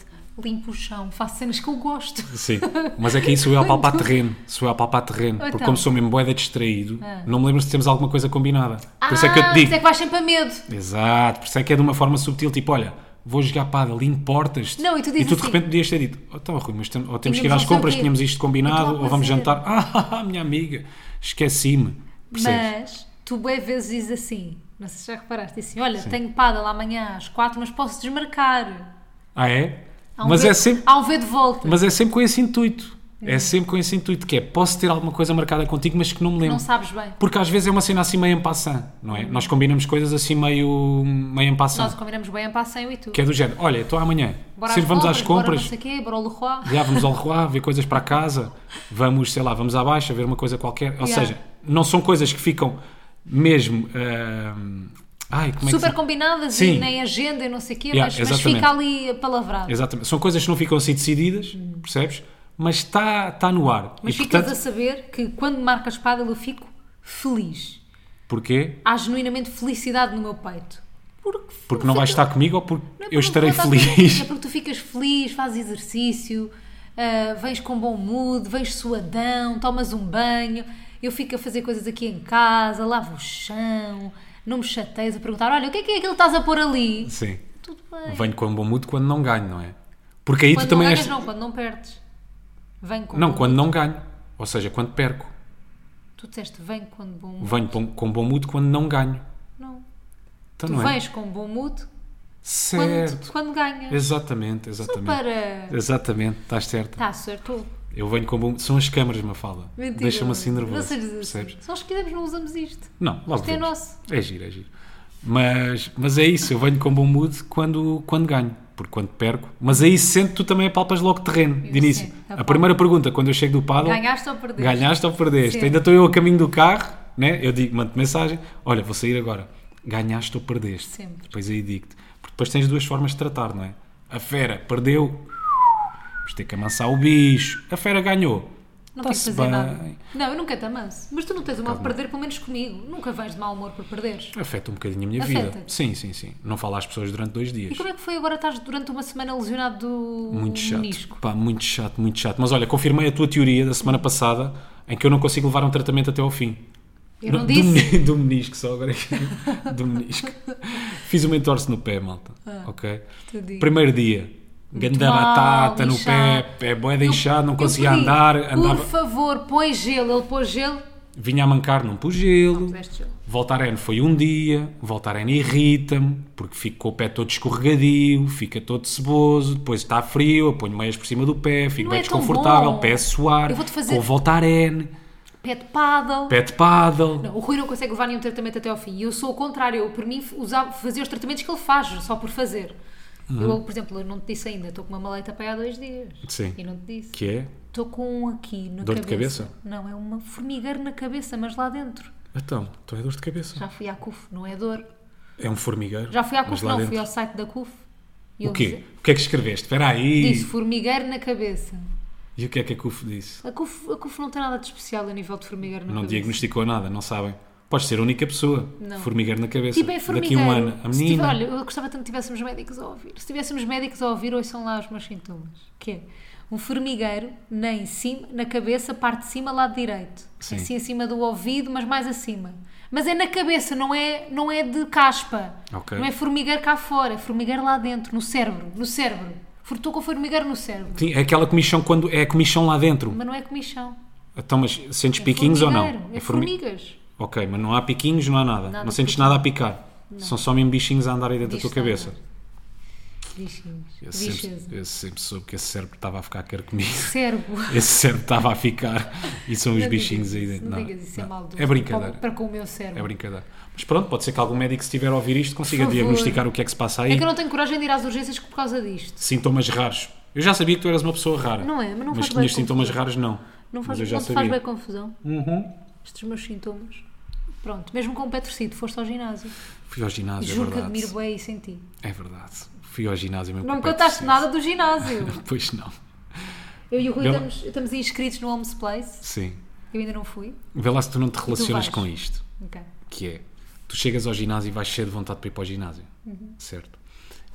Speaker 1: limpo o chão, faço cenas que eu gosto.
Speaker 2: Sim, mas é que aí sou eu a palpar terreno. Sou eu a palpar terreno. Porque
Speaker 1: Então.
Speaker 2: como sou mesmo boeda distraído,
Speaker 1: Ah.
Speaker 2: não me lembro se temos alguma coisa combinada. Por isso é que eu te
Speaker 1: Ah,
Speaker 2: digo.
Speaker 1: isso é que vais sempre a medo.
Speaker 2: Exato, por isso é que é de uma forma subtil, tipo, olha, vou jogar pádel, importas-te.
Speaker 1: Não, e tu dizes
Speaker 2: de
Speaker 1: assim-
Speaker 2: repente podias ter dito, oh, tá, Rui, mas tem- ou temos que ir
Speaker 1: Tínhamos
Speaker 2: às
Speaker 1: não sei
Speaker 2: compras,
Speaker 1: o quê.
Speaker 2: tínhamos isto combinado,
Speaker 1: Então,
Speaker 2: ou vamos
Speaker 1: mas é.
Speaker 2: jantar. Ah, minha amiga, esqueci-me. Percebes?
Speaker 1: Mas tu bem vezes dizes assim, não sei se já reparaste, dizes assim, olha, tenho paddle amanhã às quatro, mas posso desmarcar.
Speaker 2: Ah, é?
Speaker 1: Há um
Speaker 2: mas,
Speaker 1: V-
Speaker 2: é sempre,
Speaker 1: Há um V de volta.
Speaker 2: mas é sempre com esse intuito. É sempre com esse intuito que é, posso ter alguma coisa marcada contigo, mas que não me lembro.
Speaker 1: Não sabes bem.
Speaker 2: Porque às vezes é uma cena assim meio em passant, não é? Nós combinamos coisas assim meio, meio em passant.
Speaker 1: Nós combinamos bem a passar eu e tu.
Speaker 2: Que é do género, olha, estou amanhã,
Speaker 1: Bora
Speaker 2: sempre vamos às
Speaker 1: bora
Speaker 2: compras,
Speaker 1: não sei quê, bora ao Leroy.
Speaker 2: já vamos ao Leroy, ver coisas para casa, vamos, sei lá, vamos à baixa, ver uma coisa qualquer. Ou
Speaker 1: Yeah.
Speaker 2: seja, não são coisas que ficam mesmo... ahm, ai, como é que
Speaker 1: Super
Speaker 2: se-
Speaker 1: combinadas
Speaker 2: Sim.
Speaker 1: e nem agenda e não sei o quê,
Speaker 2: Yeah,
Speaker 1: mas, mas
Speaker 2: exatamente.
Speaker 1: fica ali palavrado.
Speaker 2: Exatamente. São coisas que não ficam assim decididas, percebes? Mas está tá no ar.
Speaker 1: Hum. Mas
Speaker 2: e
Speaker 1: ficas
Speaker 2: portanto,
Speaker 1: a saber que quando marcas paddle eu fico feliz.
Speaker 2: porquê?
Speaker 1: Há genuinamente felicidade no meu peito. Porque,
Speaker 2: Porque não vais estar comigo ou porque
Speaker 1: Não é porque
Speaker 2: eu estarei
Speaker 1: não estás comigo,
Speaker 2: feliz?
Speaker 1: É porque tu ficas feliz, fazes exercício, ah, vens com bom mood, vens suadão, tomas um banho. Eu fico a fazer coisas aqui em casa, lavo o chão, não me chateias a perguntar: olha, o que é que é aquilo que estás a pôr ali?
Speaker 2: Sim.
Speaker 1: Tudo bem.
Speaker 2: Venho com bom mood quando não ganho, não é? Porque aí
Speaker 1: É. quando
Speaker 2: tu
Speaker 1: não
Speaker 2: também
Speaker 1: ganhas,
Speaker 2: és. Não,
Speaker 1: não, quando não perdes. Vem com bom
Speaker 2: quando não ganho. Ou seja, quando perco.
Speaker 1: mood. Tu disseste: vem quando bom mood.
Speaker 2: Venho com, com bom mood quando não ganho.
Speaker 1: Não.
Speaker 2: Então
Speaker 1: Tu
Speaker 2: não é?
Speaker 1: vens com bom mood
Speaker 2: Certo.
Speaker 1: quando, quando ganhas.
Speaker 2: Exatamente,
Speaker 1: Só
Speaker 2: exatamente.
Speaker 1: para.
Speaker 2: Exatamente, estás certa.
Speaker 1: Tá, certo.
Speaker 2: Eu venho com bom São as câmaras, Mafalda.
Speaker 1: Mentira.
Speaker 2: Deixa-me assim nervoso.
Speaker 1: Não sejas assim.
Speaker 2: percebes?
Speaker 1: Se nós quisermos, não usamos isto.
Speaker 2: Não, logo
Speaker 1: Isto é
Speaker 2: vemos.
Speaker 1: nosso.
Speaker 2: É giro, é giro. Mas, mas é isso, eu venho com bom mood quando, quando ganho, porque quando perco. Mas aí sente tu também apalpas logo terreno, de
Speaker 1: Eu
Speaker 2: início.
Speaker 1: sei,
Speaker 2: a
Speaker 1: apalpo.
Speaker 2: primeira pergunta, quando eu chego do paddle,
Speaker 1: Ganhaste ou perdeste?
Speaker 2: ganhaste ou perdeste?
Speaker 1: Sim.
Speaker 2: Ainda estou eu a caminho do carro, né? eu digo, mando mensagem, olha, vou sair agora. Ganhaste ou perdeste?
Speaker 1: Sempre.
Speaker 2: Depois aí digo-te. Porque depois tens duas formas de tratar, não é? A fera perdeu, vamos ter que amansar o bicho. A fera ganhou.
Speaker 1: Não tens de
Speaker 2: Está-se
Speaker 1: fazer nada. Não, eu nunca te amanso. Mas tu não tens o mal de
Speaker 2: Calma.
Speaker 1: perder, pelo menos comigo. Nunca vens de mau humor por perderes.
Speaker 2: Afeta um bocadinho a minha vida.
Speaker 1: Afeta-te?
Speaker 2: Sim, sim, sim. Não falo às pessoas durante dois dias.
Speaker 1: E como é que foi agora estás durante uma semana lesionado do
Speaker 2: Ah, Muito chato.
Speaker 1: menisco?
Speaker 2: Pá, muito chato, muito chato. Mas olha, confirmei a tua teoria da semana passada em que eu não consigo levar um tratamento até ao fim.
Speaker 1: Eu não
Speaker 2: Do-
Speaker 1: disse.
Speaker 2: Do, meni- do menisco, só agora. é que- do menisco. Fiz uma entorse no pé, malta.
Speaker 1: Ah,
Speaker 2: ok?
Speaker 1: tadinho.
Speaker 2: Primeiro dia. Ganda
Speaker 1: mal,
Speaker 2: batata no pé,
Speaker 1: inchado.
Speaker 2: pé boeda
Speaker 1: Eu-
Speaker 2: inchado, não
Speaker 1: eu
Speaker 2: conseguia
Speaker 1: pedi,
Speaker 2: andar,
Speaker 1: Por
Speaker 2: andava,
Speaker 1: favor, põe gelo. Ele pôs gelo.
Speaker 2: vinha a mancar, não pus gelo.
Speaker 1: Puseste gelo.
Speaker 2: Voltaren foi um dia, Voltaren irrita-me, porque fico com o pé todo escorregadio, fica todo ceboso, depois está frio, eu ponho meias por cima do pé, fico
Speaker 1: Não
Speaker 2: bem
Speaker 1: é tão
Speaker 2: desconfortável,
Speaker 1: bom.
Speaker 2: pé a suar,
Speaker 1: Eu vou-te fazer-
Speaker 2: com o Voltaren,
Speaker 1: Pé de paddle.
Speaker 2: pé de paddle.
Speaker 1: Não, o Rui não consegue levar nenhum tratamento até ao fim. E eu sou o contrário. Eu, por mim, usava, fazia os tratamentos que ele faz, só por fazer.
Speaker 2: Uhum.
Speaker 1: Eu, por exemplo, eu não te disse ainda, estou com uma maleta para aí há dois dias.
Speaker 2: Sim.
Speaker 1: E não te disse.
Speaker 2: Que é?
Speaker 1: Estou com um aqui na
Speaker 2: Dor de
Speaker 1: cabeça.
Speaker 2: cabeça?
Speaker 1: Não, é uma formigueiro na cabeça, mas lá dentro.
Speaker 2: Então, tu é dor de cabeça.
Speaker 1: Já fui à CUF, não é dor.
Speaker 2: É um formigueiro.
Speaker 1: Já fui à
Speaker 2: mas
Speaker 1: CUF,
Speaker 2: lá
Speaker 1: não,
Speaker 2: dentro-
Speaker 1: fui ao site da CUF. E
Speaker 2: O
Speaker 1: eles
Speaker 2: quê? O que é que escreveste? Espera aí.
Speaker 1: Disse formigueiro na cabeça.
Speaker 2: E o que é que a CUF disse?
Speaker 1: A CUF, a CUF não tem nada de especial a nível de formigueiro na
Speaker 2: Não
Speaker 1: cabeça.
Speaker 2: diagnosticou nada, não sabem. Podes ser a única pessoa.
Speaker 1: Não.
Speaker 2: Formigueiro na cabeça.
Speaker 1: Tipo, é
Speaker 2: Daqui
Speaker 1: formigueiro.
Speaker 2: a um ano, a
Speaker 1: Se tiver-
Speaker 2: menina.
Speaker 1: olha, eu gostava tanto que tivéssemos médicos a ouvir. Se tivéssemos médicos a ouvir, ouçam lá os meus sintomas. Que é um formigueiro na, em cima, na cabeça, parte de cima, lado direito.
Speaker 2: Sim.
Speaker 1: Assim acima do ouvido, mas mais acima. Mas é na cabeça, não é, não é de caspa.
Speaker 2: Ok.
Speaker 1: Não é formigueiro cá fora, é formigueiro lá dentro, no cérebro. No cérebro. Estou com formigueiro no cérebro.
Speaker 2: Sim, É aquela comichão quando é a comichão lá dentro.
Speaker 1: Mas não é comichão.
Speaker 2: Então, mas sentes
Speaker 1: É
Speaker 2: piquinhos ou não?
Speaker 1: formigueiro, É
Speaker 2: formi-
Speaker 1: formigas.
Speaker 2: Ok, mas não há piquinhos, não há nada.
Speaker 1: Nada
Speaker 2: não
Speaker 1: de
Speaker 2: sentes nada a picar. São só mesmo bichinhos a andar aí dentro da tua
Speaker 1: Bichos
Speaker 2: cabeça.
Speaker 1: a andar. Bichinhos.
Speaker 2: Eu
Speaker 1: Bicheza.
Speaker 2: sempre, eu sempre soube que esse cérebro estava a ficar quer comigo.
Speaker 1: Cérebro.
Speaker 2: Esse cérebro estava a ficar e são os
Speaker 1: Não
Speaker 2: bichinhos
Speaker 1: digas
Speaker 2: aí
Speaker 1: isso,
Speaker 2: dentro.
Speaker 1: Não,
Speaker 2: Não,
Speaker 1: digas isso, é
Speaker 2: não.
Speaker 1: maldoso.
Speaker 2: É brincadeira.
Speaker 1: Para, para com o meu cérebro.
Speaker 2: É brincadeira. Mas pronto, pode ser que algum médico, se estiver a ouvir isto, consiga
Speaker 1: favor.
Speaker 2: diagnosticar o que é que se passa aí.
Speaker 1: É que eu não tenho coragem de ir às urgências por causa disto.
Speaker 2: Sintomas raros. Eu já sabia que tu eras uma pessoa rara.
Speaker 1: Não é, mas não
Speaker 2: Mas
Speaker 1: faz
Speaker 2: que
Speaker 1: bem
Speaker 2: tinhas sintomas
Speaker 1: confusão.
Speaker 2: raros, não.
Speaker 1: Não, faz,
Speaker 2: mas eu já
Speaker 1: não te
Speaker 2: sabia.
Speaker 1: faz bem confusão,
Speaker 2: Uhum.
Speaker 1: estes meus sintomas. Pronto, mesmo com o pé torcido, foste ao ginásio.
Speaker 2: Fui ao ginásio,
Speaker 1: Juro
Speaker 2: é
Speaker 1: que
Speaker 2: verdade.
Speaker 1: admiro bem isso em ti.
Speaker 2: É verdade. Fui ao ginásio mesmo.
Speaker 1: Não me
Speaker 2: com o pé
Speaker 1: contaste
Speaker 2: torcido.
Speaker 1: nada do ginásio.
Speaker 2: Pois não.
Speaker 1: Eu e o Rui
Speaker 2: Bela-
Speaker 1: estamos, estamos inscritos no Homes Place.
Speaker 2: Sim.
Speaker 1: Eu ainda não fui.
Speaker 2: Vê lá se tu não te relacionas
Speaker 1: vais?
Speaker 2: com isto.
Speaker 1: Ok.
Speaker 2: Que é, tu chegas ao ginásio e vais cheio de vontade para ir para o ginásio.
Speaker 1: Uhum.
Speaker 2: Certo?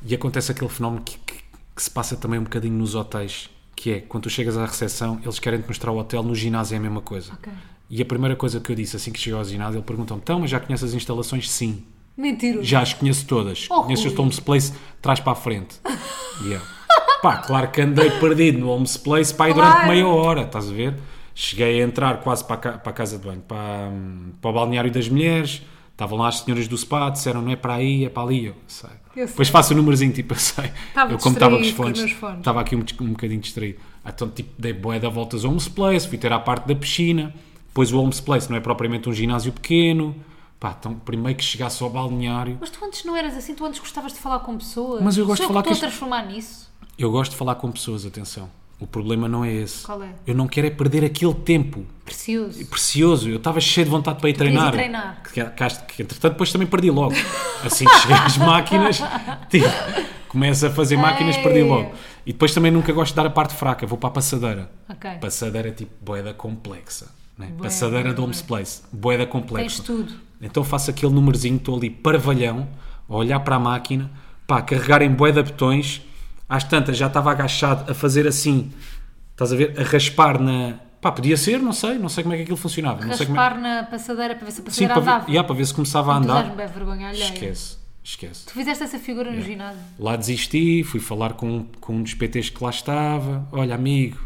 Speaker 2: E acontece aquele fenómeno que, que- que se passa também um bocadinho nos hotéis. Que é, quando tu chegas à recepção, eles querem te mostrar o hotel, no ginásio é a mesma coisa.
Speaker 1: Ok.
Speaker 2: E a primeira coisa que eu disse assim que cheguei ao ginásio, ele perguntou-me: então, mas já conheces as instalações? Sim.
Speaker 1: Mentiroso.
Speaker 2: Já as conheço todas.
Speaker 1: Oh,
Speaker 2: conheço
Speaker 1: Rui.
Speaker 2: o Homes Place, trás para a frente. E eu, Pá, claro que andei perdido no Homes Place pá, e durante
Speaker 1: Claro.
Speaker 2: meia hora, estás a ver? Cheguei a entrar quase para a, ca- para a casa de banho, para, hum, para o balneário das mulheres, Estavam lá as senhoras do spa, disseram não é para aí, é para ali. Eu sei.
Speaker 1: Eu sei.
Speaker 2: Depois faço o númerozinho, tipo, eu sei.
Speaker 1: Estava
Speaker 2: eu, como estava com os
Speaker 1: distraído com os
Speaker 2: fones,
Speaker 1: meus fones.
Speaker 2: estava aqui um, um bocadinho distraído. Ah, Então, tipo, dei boé da voltas ao Homes Place, fui ter à parte da piscina. Depois o Homes Place não é propriamente um ginásio pequeno. Pá, então, primeiro que chegasse ao balneário.
Speaker 1: Mas tu antes não eras assim, tu antes gostavas de falar com pessoas.
Speaker 2: Mas eu gosto
Speaker 1: Sou
Speaker 2: de falar
Speaker 1: que estou
Speaker 2: com
Speaker 1: a transformar nisso.
Speaker 2: Eu gosto de falar com pessoas, atenção. O problema não é esse.
Speaker 1: Qual é?
Speaker 2: Eu não quero é perder aquele tempo
Speaker 1: Precioso.
Speaker 2: precioso. Eu estava cheio de vontade para ir treinar.
Speaker 1: ir treinar.
Speaker 2: Que, que- que, entretanto depois também perdi logo. Assim que cheguei às máquinas, tipo, começo a fazer máquinas, perdi
Speaker 1: Ei.
Speaker 2: logo. E depois também nunca gosto de dar a parte fraca, vou para a passadeira.
Speaker 1: Ok.
Speaker 2: Passadeira tipo boeda complexa. Né?
Speaker 1: Bué,
Speaker 2: passadeira
Speaker 1: bué,
Speaker 2: do Homes Place, boeda
Speaker 1: Tens
Speaker 2: complexa.
Speaker 1: tudo.
Speaker 2: Então faço aquele númerozinho, estou ali parvalhão, a olhar para a máquina, pá, carregar em bué de botões, às tantas já estava agachado a fazer assim, estás a ver, a raspar na... Pá, podia ser, não sei, não sei como é que aquilo funcionava. não sei como é...
Speaker 1: Raspar na passadeira para ver se a
Speaker 2: Sim,
Speaker 1: passadeira
Speaker 2: para
Speaker 1: andava.
Speaker 2: ver, yeah, para ver se começava a
Speaker 1: Tu
Speaker 2: andar.
Speaker 1: dás-me bem vergonha alheia.
Speaker 2: Esquece, esquece.
Speaker 1: Tu fizeste essa figura no ginásio.
Speaker 2: Lá desisti, fui falar com, com um dos PTs que lá estava, olha amigo,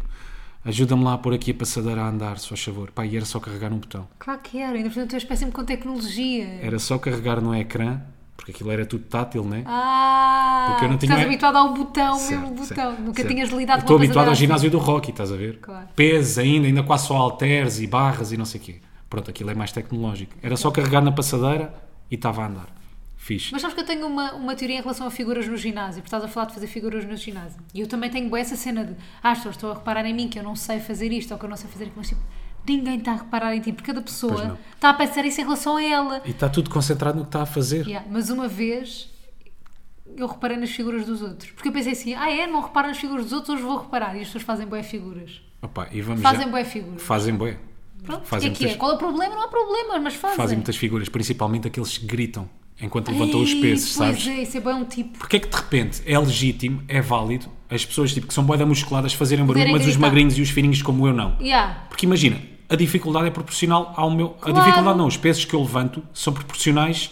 Speaker 2: ajuda-me lá a pôr aqui a passadeira a andar, se faz favor. Pá, e era só carregar um botão.
Speaker 1: Claro que era, ainda por cima tu és péssimo com tecnologia.
Speaker 2: Era só carregar no ecrã, porque aquilo era tudo tátil, né?
Speaker 1: Ah,
Speaker 2: Porque eu não
Speaker 1: tu
Speaker 2: tinha-
Speaker 1: estás habituado ao botão, mesmo
Speaker 2: Certo,
Speaker 1: botão.
Speaker 2: certo,
Speaker 1: Nunca
Speaker 2: certo.
Speaker 1: tinhas lidado
Speaker 2: Eu
Speaker 1: com
Speaker 2: Estou
Speaker 1: uma
Speaker 2: habituado ao
Speaker 1: passadeira
Speaker 2: ginásio do rock, estás a ver?
Speaker 1: Claro.
Speaker 2: Peso ainda, ainda quase só halteres e barras e não sei o quê. Pronto, aquilo é mais tecnológico. Era só carregar na passadeira e estava a andar. Fixe.
Speaker 1: Mas sabes que eu tenho uma, uma teoria em relação a figuras no ginásio, porque estás a falar de fazer figuras no ginásio. E eu também tenho bué essa cena de, ah, as pessoas estão a reparar em mim que eu não sei fazer isto ou que eu não sei fazer aquilo, mas tipo, ninguém está a reparar em ti, porque cada
Speaker 2: Pois
Speaker 1: pessoa
Speaker 2: não.
Speaker 1: está a pensar isso em relação a ela.
Speaker 2: E está tudo concentrado no que está a fazer.
Speaker 1: Yeah, mas uma vez eu reparei nas figuras dos outros, porque eu pensei assim, ah é, não reparo nas figuras dos outros, hoje vou reparar. E as pessoas fazem bué figuras.
Speaker 2: Opa, e vamos
Speaker 1: é? Fazem
Speaker 2: já.
Speaker 1: bué figuras.
Speaker 2: Fazem bué.
Speaker 1: Pronto, o que
Speaker 2: fazem
Speaker 1: é que é?
Speaker 2: muitas-
Speaker 1: Qual é o problema? Não há problemas, mas fazem.
Speaker 2: Fazem muitas figuras, principalmente aqueles que gritam enquanto levantam os
Speaker 1: Ei,
Speaker 2: pesos,
Speaker 1: pois
Speaker 2: sabes?
Speaker 1: é, isso é bem um tipo.
Speaker 2: Porque é que de repente é legítimo, é válido, as pessoas tipo, que são boeda musculadas fazerem barulho,
Speaker 1: Poderem
Speaker 2: mas os
Speaker 1: gritar.
Speaker 2: magrinhos e os fininhos como eu não?
Speaker 1: Yeah.
Speaker 2: Porque imagina, a dificuldade é proporcional ao meu.
Speaker 1: Claro.
Speaker 2: A dificuldade não, os pesos que eu levanto são proporcionais.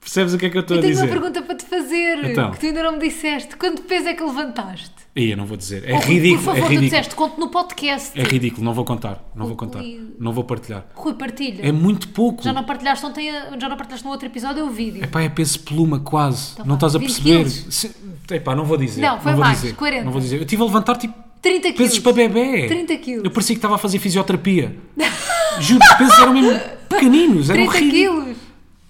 Speaker 2: Percebes o que é que eu estou
Speaker 1: Eu
Speaker 2: a
Speaker 1: tenho
Speaker 2: dizer?
Speaker 1: uma pergunta para te fazer,
Speaker 2: Então.
Speaker 1: que tu ainda não me disseste. Quanto peso é que levantaste?
Speaker 2: Ih, eu não vou dizer. É
Speaker 1: Oh, Rui,
Speaker 2: ridículo.
Speaker 1: Por favor,
Speaker 2: é
Speaker 1: tu
Speaker 2: ridículo.
Speaker 1: disseste, conto no podcast.
Speaker 2: É ridículo, não vou contar. Não vou contar.
Speaker 1: Rui.
Speaker 2: Não vou partilhar.
Speaker 1: Rui, partilha.
Speaker 2: É muito pouco.
Speaker 1: Já não partilhaste ontem, a- já não partilhaste no outro episódio o vídeo.
Speaker 2: Epá, é peso pluma quase. não
Speaker 1: Então vá,
Speaker 2: estás a
Speaker 1: 20
Speaker 2: perceber.
Speaker 1: quilos.
Speaker 2: Se... Epá, não vou dizer.
Speaker 1: Não, foi
Speaker 2: vou
Speaker 1: mais,
Speaker 2: dizer.
Speaker 1: 40.
Speaker 2: Não vou dizer. Eu estive a levantar tipo
Speaker 1: 30 quilos.
Speaker 2: pesos para bebê.
Speaker 1: 30 quilos.
Speaker 2: Eu parecia que estava a fazer fisioterapia. Juro, os pesos eram mesmo pequeninos. Eram
Speaker 1: 30
Speaker 2: ridículos.
Speaker 1: quilos.